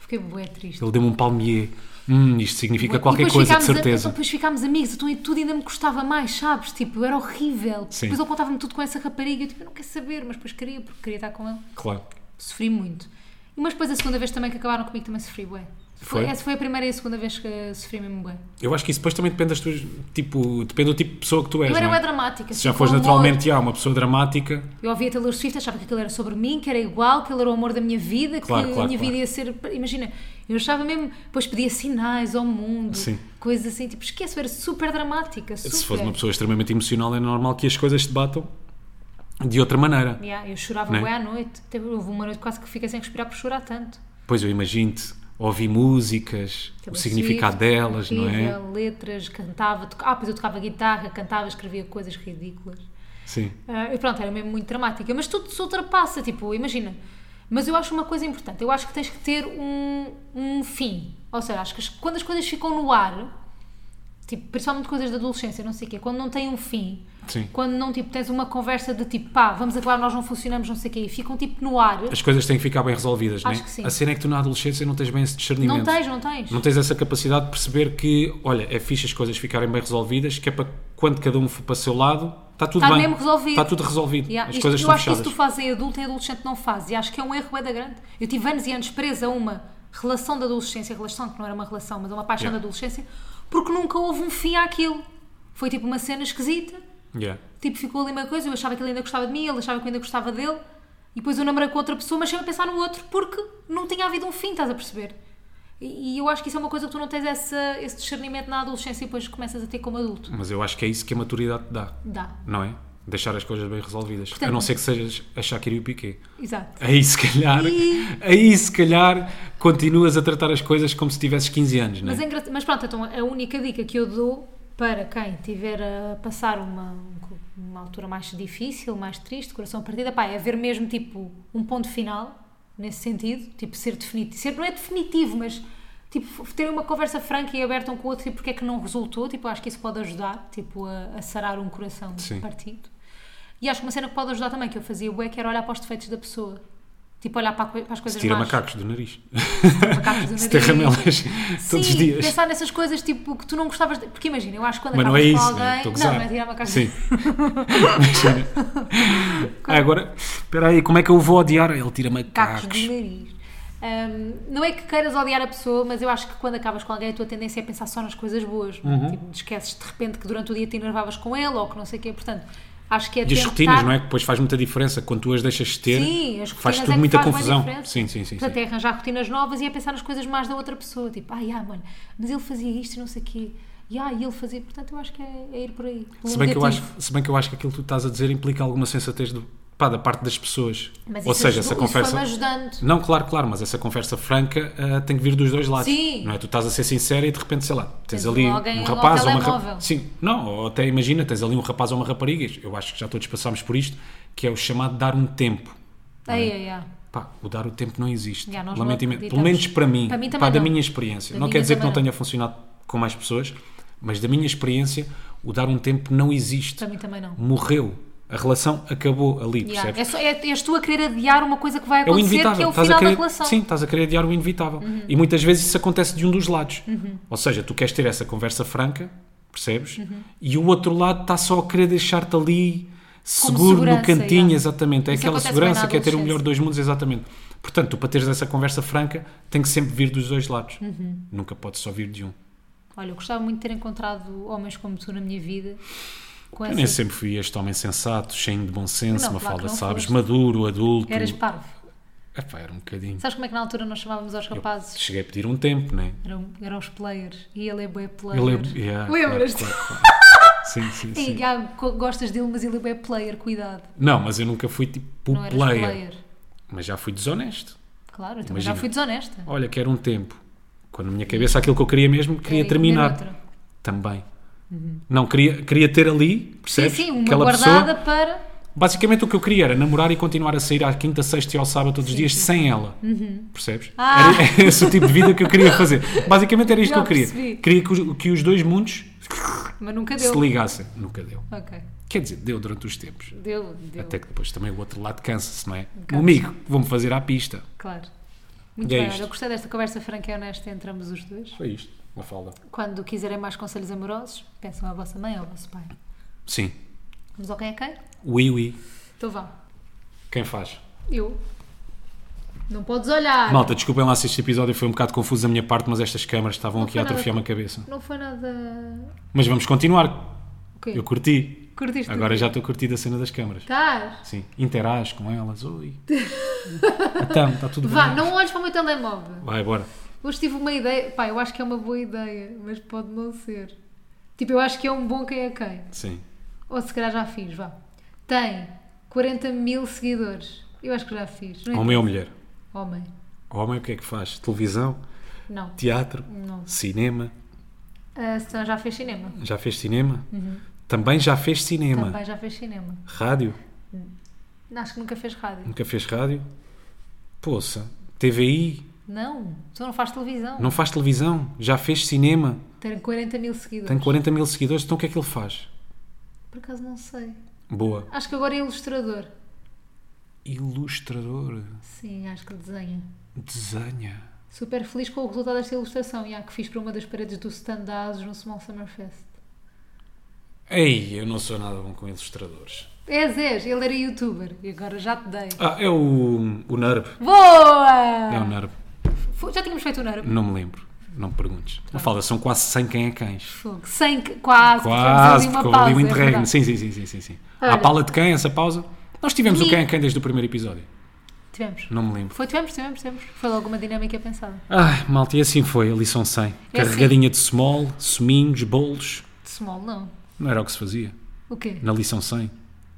Speaker 1: Fiquei bué triste.
Speaker 2: Ele deu-me um palmier. Hum, isto significa
Speaker 1: E
Speaker 2: qualquer
Speaker 1: depois
Speaker 2: coisa, de
Speaker 1: ficámos a-
Speaker 2: certeza.
Speaker 1: depois ficámos amigos, então e tudo ainda me custava mais, sabes? Tipo, era horrível.
Speaker 2: Sim.
Speaker 1: Depois ele contava-me tudo com essa rapariga e eu tipo, eu não quero saber, mas depois queria, porque queria estar com ele.
Speaker 2: Claro.
Speaker 1: Sofri muito. E mas depois a segunda vez também que acabaram comigo também sofri bué.
Speaker 2: Foi?
Speaker 1: Essa foi a primeira e a segunda vez que sofri mesmo bué.
Speaker 2: Eu acho que isso depois também depende das tuas. Tipo, depende do tipo de pessoa que tu és.
Speaker 1: Eu era
Speaker 2: não
Speaker 1: bué
Speaker 2: é?
Speaker 1: dramática.
Speaker 2: Se já
Speaker 1: tipo,
Speaker 2: fores
Speaker 1: o amor-
Speaker 2: naturalmente, há uma pessoa dramática.
Speaker 1: Eu ouvia Taylor Swift, achava que aquilo era sobre mim, que era igual, que ele era o amor da minha vida, que
Speaker 2: Claro,
Speaker 1: a
Speaker 2: claro,
Speaker 1: minha
Speaker 2: claro.
Speaker 1: vida ia ser. Imagina, eu achava mesmo. Depois pedia sinais ao mundo,
Speaker 2: Sim.
Speaker 1: coisas assim, tipo, esquece, eu era super dramática. Super.
Speaker 2: Se fores uma pessoa extremamente emocional, é normal que as coisas te batam de outra maneira.
Speaker 1: Yeah, eu chorava
Speaker 2: Né?
Speaker 1: bem à noite. Teve, houve uma noite quase que fiquei sem respirar por chorar tanto.
Speaker 2: Pois eu imagino-te, ouvi músicas, o
Speaker 1: Taylor
Speaker 2: significado
Speaker 1: Swift,
Speaker 2: delas, não é?
Speaker 1: é incrível, assim, letras, cantava. toca- Ah, pois eu tocava guitarra, cantava, escrevia coisas ridículas.
Speaker 2: Sim.
Speaker 1: Ah, e pronto, era mesmo muito dramática. Mas tudo se ultrapassa, tipo, imagina. Mas eu acho uma coisa importante. Eu acho que tens que ter um, um fim. Ou seja, acho que as- quando as coisas ficam no ar, tipo, principalmente coisas da adolescência, não sei o quê, quando não tem um fim,
Speaker 2: Sim.
Speaker 1: quando não, tipo, tens uma conversa de tipo, pá, vamos acabar, nós não funcionamos, não sei o quê, e ficam, tipo, no ar.
Speaker 2: As coisas têm que ficar bem resolvidas, não é?
Speaker 1: Acho que sim.
Speaker 2: A cena é que tu na adolescência não tens bem esse discernimento.
Speaker 1: Não tens, não tens.
Speaker 2: Não tens essa capacidade de perceber que, olha, é fixe as coisas ficarem bem resolvidas, que é para quando cada um for para o seu lado, está tudo
Speaker 1: Está
Speaker 2: bem.
Speaker 1: mesmo resolvido.
Speaker 2: Está tudo resolvido.
Speaker 1: Yeah,
Speaker 2: As
Speaker 1: isto-
Speaker 2: coisas
Speaker 1: eu
Speaker 2: estão
Speaker 1: acho
Speaker 2: fechadas.
Speaker 1: que isso tu fazes em adulto, em adolescente não fazes. E acho que é um erro bem da grande. Eu tive anos e anos presa a uma relação da adolescência, relação que não era uma relação, mas uma paixão
Speaker 2: Yeah.
Speaker 1: da adolescência, porque nunca houve um fim àquilo. Foi tipo uma cena esquisita.
Speaker 2: Yeah.
Speaker 1: Tipo, ficou ali uma coisa, eu achava que ele ainda gostava de mim, ele achava que eu ainda gostava dele. E depois eu namorei com outra pessoa, mas sempre a pensar no outro, porque não tinha havido um fim, estás a perceber? E, e eu acho que isso é uma coisa que tu não tens essa, esse discernimento na adolescência e depois começas a ter como adulto.
Speaker 2: Mas eu acho que é isso que a maturidade te dá,
Speaker 1: Dá.
Speaker 2: não é? Deixar as coisas bem resolvidas.
Speaker 1: Portanto-
Speaker 2: a não ser que sejas a Shakira e o Piqué.
Speaker 1: Exato.
Speaker 2: Aí se calhar,
Speaker 1: E-
Speaker 2: aí se calhar continuas a tratar as coisas como se tivesses 15 anos, não é?
Speaker 1: Mas, é engra- mas pronto, então a única dica que eu dou para quem tiver a passar uma, uma altura mais difícil, mais triste, coração partido, pá, é haver mesmo tipo um ponto final nesse sentido, tipo ser definitivo, ser, não é definitivo, mas tipo ter uma conversa franca e aberta um com o outro e porque é que não resultou, tipo acho que isso pode ajudar, tipo a, a sarar um coração
Speaker 2: Sim.
Speaker 1: partido. E acho que uma cena que pode ajudar também, que eu fazia bué, que era olhar para os defeitos da pessoa. Tipo, olhar para, a coi- para as coisas
Speaker 2: Tira
Speaker 1: más.
Speaker 2: macacos do nariz.
Speaker 1: Macacos do nariz.
Speaker 2: Se terramelas todos os
Speaker 1: Sim,
Speaker 2: dias.
Speaker 1: pensar nessas coisas tipo que tu não gostavas de... Porque imagina, eu acho que quando
Speaker 2: Mas não é
Speaker 1: acabas
Speaker 2: isso,
Speaker 1: com
Speaker 2: né?
Speaker 1: alguém.
Speaker 2: Estou a
Speaker 1: não,
Speaker 2: gozar.
Speaker 1: não é tirar uma casa.
Speaker 2: Sim. Imagina. Ah, agora, espera aí, como é que eu vou odiar? Ele tira
Speaker 1: Cacos
Speaker 2: macacos.
Speaker 1: do nariz. Hum, não é que queiras odiar a pessoa, mas eu acho que quando acabas com alguém a tua tendência é pensar só nas coisas boas. não é?
Speaker 2: Uhum.
Speaker 1: Tipo, esqueces de repente que durante o dia te enervavas com ele ou que não sei o quê. Portanto, acho que é
Speaker 2: E as
Speaker 1: tentar-
Speaker 2: rotinas, não é? Que depois faz muita diferença. Quando tu as deixas de ter,
Speaker 1: Sim, as rotinas
Speaker 2: faz
Speaker 1: é
Speaker 2: tudo
Speaker 1: que
Speaker 2: muita
Speaker 1: faz bué
Speaker 2: confusão.
Speaker 1: diferença.
Speaker 2: Sim, sim, sim. sim.
Speaker 1: Portanto, é arranjar rotinas novas e é pensar nas coisas mais da outra pessoa. Tipo, ai, ah, mano, mas ele fazia isto e não sei o quê. E ah, e ele fazia. Portanto, eu acho que é, é ir por aí. Pelo
Speaker 2: Se bem, que eu acho,
Speaker 1: negativo.
Speaker 2: se bem que eu acho que aquilo que tu estás a dizer implica alguma sensatez do, pá, da parte das pessoas.
Speaker 1: Mas
Speaker 2: Ou
Speaker 1: isso ajudou-
Speaker 2: seja, essa
Speaker 1: isso foi-me
Speaker 2: conversa.
Speaker 1: ajudando.
Speaker 2: Não, claro, claro, mas essa conversa franca ah, tem que vir dos dois lados.
Speaker 1: Sim.
Speaker 2: Não é? Tu estás a ser sincera e de repente, sei lá, tens
Speaker 1: Tens
Speaker 2: ali
Speaker 1: logo alguém
Speaker 2: um
Speaker 1: ao
Speaker 2: rapaz ou uma
Speaker 1: telemóvel.
Speaker 2: rapariga. Sim, não, ou até imagina, tens ali um rapaz ou uma rapariga. Eu acho que já todos passámos por isto, que é o chamado dar um tempo. é?
Speaker 1: Ai, ai, ai.
Speaker 2: Pá, o dar o tempo não existe.
Speaker 1: Já, nós não
Speaker 2: Lamento imenso. Pelo
Speaker 1: acreditamos.
Speaker 2: menos para mim,
Speaker 1: Para mim também
Speaker 2: pá, da
Speaker 1: não.
Speaker 2: minha experiência.
Speaker 1: Da
Speaker 2: não
Speaker 1: minha
Speaker 2: quer dizer que não
Speaker 1: também não.
Speaker 2: tenha funcionado com mais pessoas, mas da minha experiência, o dar um tempo não existe.
Speaker 1: Para mim também não.
Speaker 2: Morreu. A relação acabou ali,
Speaker 1: Yeah.
Speaker 2: percebes?
Speaker 1: É só, é, és tu a querer adiar uma coisa que vai
Speaker 2: É o
Speaker 1: acontecer,
Speaker 2: inevitável.
Speaker 1: que é o
Speaker 2: Estás
Speaker 1: final
Speaker 2: a querer,
Speaker 1: da relação. Uhum.
Speaker 2: Sim, estás a querer adiar o inevitável. E muitas vezes isso acontece de um dos lados. Ou seja, tu queres ter essa conversa franca, percebes?
Speaker 1: Uhum.
Speaker 2: E o outro lado está só a querer deixar-te ali seguro no
Speaker 1: segurança,
Speaker 2: cantinho,
Speaker 1: yeah.
Speaker 2: exatamente. É
Speaker 1: Isso
Speaker 2: aquela
Speaker 1: acontece bem
Speaker 2: segurança
Speaker 1: na
Speaker 2: que é ter o melhor
Speaker 1: adolescência.
Speaker 2: dois mundos, exatamente. Portanto, tu para teres essa conversa franca tem que sempre vir dos dois lados.
Speaker 1: Uhum.
Speaker 2: Nunca pode só vir de um.
Speaker 1: Olha, eu gostava muito de ter encontrado homens como tu na minha vida. Com
Speaker 2: Eu nem
Speaker 1: essa...
Speaker 2: sempre fui este homem sensato, cheio de bom senso,
Speaker 1: é. Não,
Speaker 2: uma
Speaker 1: claro que
Speaker 2: falda,
Speaker 1: não
Speaker 2: sabes?
Speaker 1: foste.
Speaker 2: Maduro, adulto.
Speaker 1: Eras parvo.
Speaker 2: Epá, era um bocadinho.
Speaker 1: Sabes como é que na altura nós chamávamos aos rapazes?
Speaker 2: Cheguei a pedir um tempo, não é?
Speaker 1: Eram, eram os players. E ele é bué player.
Speaker 2: Ele é- yeah,
Speaker 1: Lembras-te?
Speaker 2: claro, claro, claro. Sim, sim,
Speaker 1: Ei,
Speaker 2: sim.
Speaker 1: ah, co- gostas dele, mas ele é bué player. Cuidado.
Speaker 2: Não, mas eu nunca fui tipo
Speaker 1: não eras
Speaker 2: player,
Speaker 1: player.
Speaker 2: Mas já fui desonesto.
Speaker 1: Claro, eu também
Speaker 2: Imagina.
Speaker 1: já fui desonesta.
Speaker 2: Olha, quero um tempo. Quando na minha cabeça aquilo que eu queria mesmo, queria
Speaker 1: Era ir comer
Speaker 2: terminar.
Speaker 1: outra.
Speaker 2: Também. Não, queria, queria ter ali,
Speaker 1: Sim,
Speaker 2: percebes?
Speaker 1: sim, uma guardada para...
Speaker 2: Basicamente o que eu queria era namorar e continuar a sair à quinta, sexta e ao sábado todos os dias sem ela. Percebes?
Speaker 1: Ah.
Speaker 2: Era, era esse o tipo de vida que eu queria fazer. Basicamente era isto
Speaker 1: Já
Speaker 2: que eu queria.
Speaker 1: percebi.
Speaker 2: Queria que os, que os dois mundos
Speaker 1: Mas nunca deu.
Speaker 2: se ligassem. Nunca deu.
Speaker 1: Ok.
Speaker 2: Quer dizer, deu durante os tempos.
Speaker 1: Deu, deu.
Speaker 2: Até que depois também o outro lado cansa-se, não é?
Speaker 1: Cansa.
Speaker 2: Meu amigo, vou-me fazer à pista.
Speaker 1: Claro. Muito
Speaker 2: E é
Speaker 1: bem,
Speaker 2: isto.
Speaker 1: olha, eu gostei desta conversa franca e honesta entre ambos os dois.
Speaker 2: Foi isto, uma falda.
Speaker 1: Quando quiserem mais conselhos amorosos, pensam à vossa mãe ou ao vosso pai.
Speaker 2: Sim.
Speaker 1: Vamos ao quem é quem?
Speaker 2: Ui, ui.
Speaker 1: Então vá.
Speaker 2: Quem faz?
Speaker 1: Eu. Não podes olhar.
Speaker 2: Malta, desculpem lá se este episódio foi um bocado confuso da minha parte, mas estas câmaras estavam aqui
Speaker 1: foi
Speaker 2: a
Speaker 1: nada.
Speaker 2: atrofiar-me a cabeça.
Speaker 1: Não foi nada.
Speaker 2: Mas vamos continuar.
Speaker 1: O quê?
Speaker 2: Eu curti.
Speaker 1: Curtiste
Speaker 2: Agora
Speaker 1: tudo?
Speaker 2: já estou curtindo a cena das câmaras.
Speaker 1: Estás?
Speaker 2: Sim, interage com elas. Oi. então, está tudo
Speaker 1: Vá,
Speaker 2: bem.
Speaker 1: não olhes para o meu telemóvel.
Speaker 2: Vai, bora.
Speaker 1: Hoje tive uma ideia. Pá, eu acho que é uma boa ideia, mas pode não ser. Tipo, eu acho que é um bom quem é quem.
Speaker 2: Sim.
Speaker 1: Ou se calhar já fiz, vá. Tem 40 mil seguidores. Eu acho que já fiz. Não é?
Speaker 2: Homem ou mulher?
Speaker 1: Homem.
Speaker 2: Homem o que é que faz? Televisão,
Speaker 1: Não.
Speaker 2: teatro,
Speaker 1: Não.
Speaker 2: cinema.
Speaker 1: A Sessão Ah, já fez cinema.
Speaker 2: Já fez cinema? Também já fez cinema.
Speaker 1: Uhum. Também já fez cinema.
Speaker 2: Rádio?
Speaker 1: Acho que nunca fez rádio.
Speaker 2: Nunca fez rádio? Poça. TVI?
Speaker 1: Não. Tu não faz televisão.
Speaker 2: Não faz televisão? Já fez cinema?
Speaker 1: Tem 40 mil seguidores.
Speaker 2: Tem 40 mil seguidores, então o que é que ele faz?
Speaker 1: Por acaso não sei.
Speaker 2: Boa.
Speaker 1: Acho que agora é ilustrador.
Speaker 2: Ilustrador.
Speaker 1: Sim, acho que desenha.
Speaker 2: Desenha.
Speaker 1: Super feliz com o resultado desta ilustração e há que fiz para uma das paredes do stand da ASUS no Small Summer Fest.
Speaker 2: Ei, eu não sou nada bom com ilustradores.
Speaker 1: És, és, É, ele era youtuber e agora já te dei.
Speaker 2: Ah, é o, o NERB. É o
Speaker 1: Boa!
Speaker 2: NERB.
Speaker 1: Fo- Já tínhamos feito um o Nero.
Speaker 2: Não me lembro. Não me perguntes.
Speaker 1: Tá.
Speaker 2: Não fala, são quase 100 quem é cães.
Speaker 1: Fogo. Sem, que- quase,
Speaker 2: Quase,
Speaker 1: fizemos
Speaker 2: porque houve ali um
Speaker 1: é
Speaker 2: interregno.
Speaker 1: verdade.
Speaker 2: sim, sim, sim, sim, sim, sim.
Speaker 1: Olha.
Speaker 2: À pala de quem, essa pausa? Nós tivemos
Speaker 1: E-
Speaker 2: o quem é quem desde o primeiro episódio.
Speaker 1: Tivemos.
Speaker 2: Não me lembro.
Speaker 1: Foi, tivemos, tivemos, tivemos. Foi logo uma dinâmica pensada.
Speaker 2: Ah, malta, e assim foi a lição 100.
Speaker 1: É assim.
Speaker 2: Carregadinha de small, suminhos, bolos.
Speaker 1: De small, não.
Speaker 2: Não era o que se fazia.
Speaker 1: O quê?
Speaker 2: Na lição 100.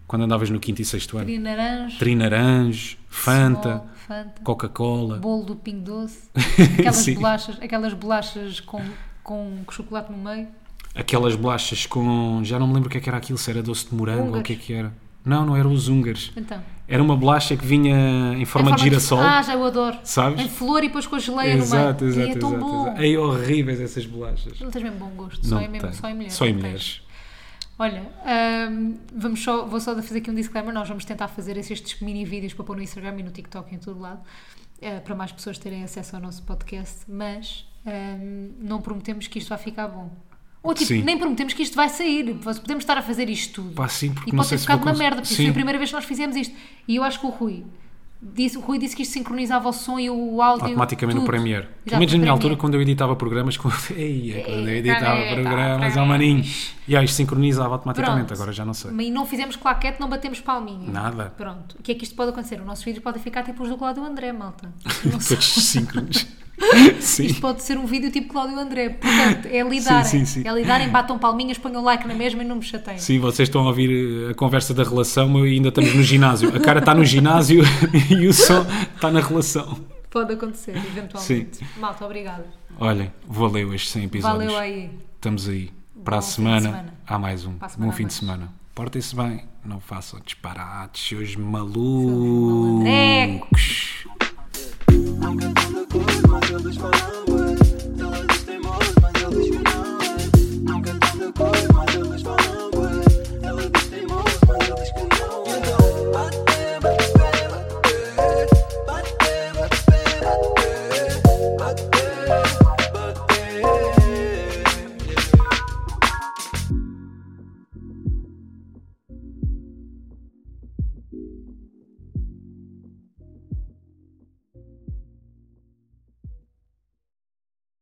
Speaker 2: Quando andavas no quinto e sexto ano.
Speaker 1: Queria naranjo,
Speaker 2: Trinaranjo, Fanta,
Speaker 1: small, Fanta,
Speaker 2: Coca-Cola.
Speaker 1: bolo do Pingo Doce, aquelas
Speaker 2: Sim.
Speaker 1: bolachas, aquelas bolachas com, com chocolate no meio.
Speaker 2: Aquelas bolachas com. Já não me lembro o que é que era aquilo, se era doce de morango ou o que é
Speaker 1: Húngaros.
Speaker 2: que era. Não, não era os húngaros.
Speaker 1: Então.
Speaker 2: Era uma bolacha que vinha em forma,
Speaker 1: Em
Speaker 2: de girassol.
Speaker 1: Ah, já eu adoro.
Speaker 2: Sabes?
Speaker 1: Em flor e depois com a geleia
Speaker 2: exato,
Speaker 1: no meio.
Speaker 2: exato,
Speaker 1: e é
Speaker 2: exato.
Speaker 1: tão bom.
Speaker 2: exato. Ei, horríveis essas bolachas.
Speaker 1: Não tens mesmo bom gosto, só,
Speaker 2: não
Speaker 1: é mesmo,
Speaker 2: tem.
Speaker 1: só em mulheres.
Speaker 2: Só em
Speaker 1: não tens.
Speaker 2: mulheres.
Speaker 1: Olha, hum, vamos só, vou só fazer aqui um disclaimer. Nós vamos tentar fazer estes mini vídeos para pôr no Instagram e no TikTok e em todo lado, eh, para mais pessoas terem acesso ao nosso podcast, mas hum, não prometemos que isto vai ficar bom. Ou tipo,
Speaker 2: Sim.
Speaker 1: nem prometemos que isto vai sair. Nós Podemos estar a fazer isto tudo.
Speaker 2: Pá, sim, porque
Speaker 1: e
Speaker 2: não
Speaker 1: pode
Speaker 2: sei
Speaker 1: ter
Speaker 2: se
Speaker 1: ficado
Speaker 2: vou
Speaker 1: uma
Speaker 2: cons-
Speaker 1: merda, porque
Speaker 2: Sim.
Speaker 1: foi a primeira vez que nós fizemos isto. E eu acho que o Rui. Disse, o Rui disse que isto sincronizava o som e o áudio.
Speaker 2: Automaticamente no
Speaker 1: tudo.
Speaker 2: Premiere.
Speaker 1: Já,
Speaker 2: Pelo menos na
Speaker 1: no
Speaker 2: minha altura,
Speaker 1: Premiere.
Speaker 2: quando eu editava programas. Quando... Ei, é quando eu
Speaker 1: Ei,
Speaker 2: editava
Speaker 1: tá,
Speaker 2: programas,
Speaker 1: tá,
Speaker 2: ao
Speaker 1: tá.
Speaker 2: maninho. E aí, isto sincronizava automaticamente,
Speaker 1: Pronto.
Speaker 2: agora já não sei.
Speaker 1: Mas não fizemos claquete, não batemos palminha.
Speaker 2: Nada.
Speaker 1: Pronto. O que é que isto pode acontecer? O nosso vídeo pode ficar tipo os do Cláudio André, malta. Não sei.
Speaker 2: Todos síncronos. Sim.
Speaker 1: Isto pode ser um vídeo tipo Cláudio André. Portanto, é lidarem.
Speaker 2: Sim, sim, sim.
Speaker 1: É lidarem, batam palminhas, ponham like na mesma e não me chateiem.
Speaker 2: Sim, vocês estão a ouvir eh, a conversa da relação mas ainda estamos no ginásio. A cara está no ginásio e o som está na relação.
Speaker 1: Pode acontecer, eventualmente. Malta, obrigada.
Speaker 2: Olhem, valeu estes 100 episódios.
Speaker 1: Valeu aí.
Speaker 2: Estamos aí.
Speaker 1: Bom
Speaker 2: Para a
Speaker 1: fim de
Speaker 2: semana,
Speaker 1: semana.
Speaker 2: há mais um.
Speaker 1: Para a semana
Speaker 2: Bom
Speaker 1: há
Speaker 2: fim
Speaker 1: mais.
Speaker 2: de semana. Portem-se bem, não façam disparates, seus malucos.
Speaker 1: Malandreco.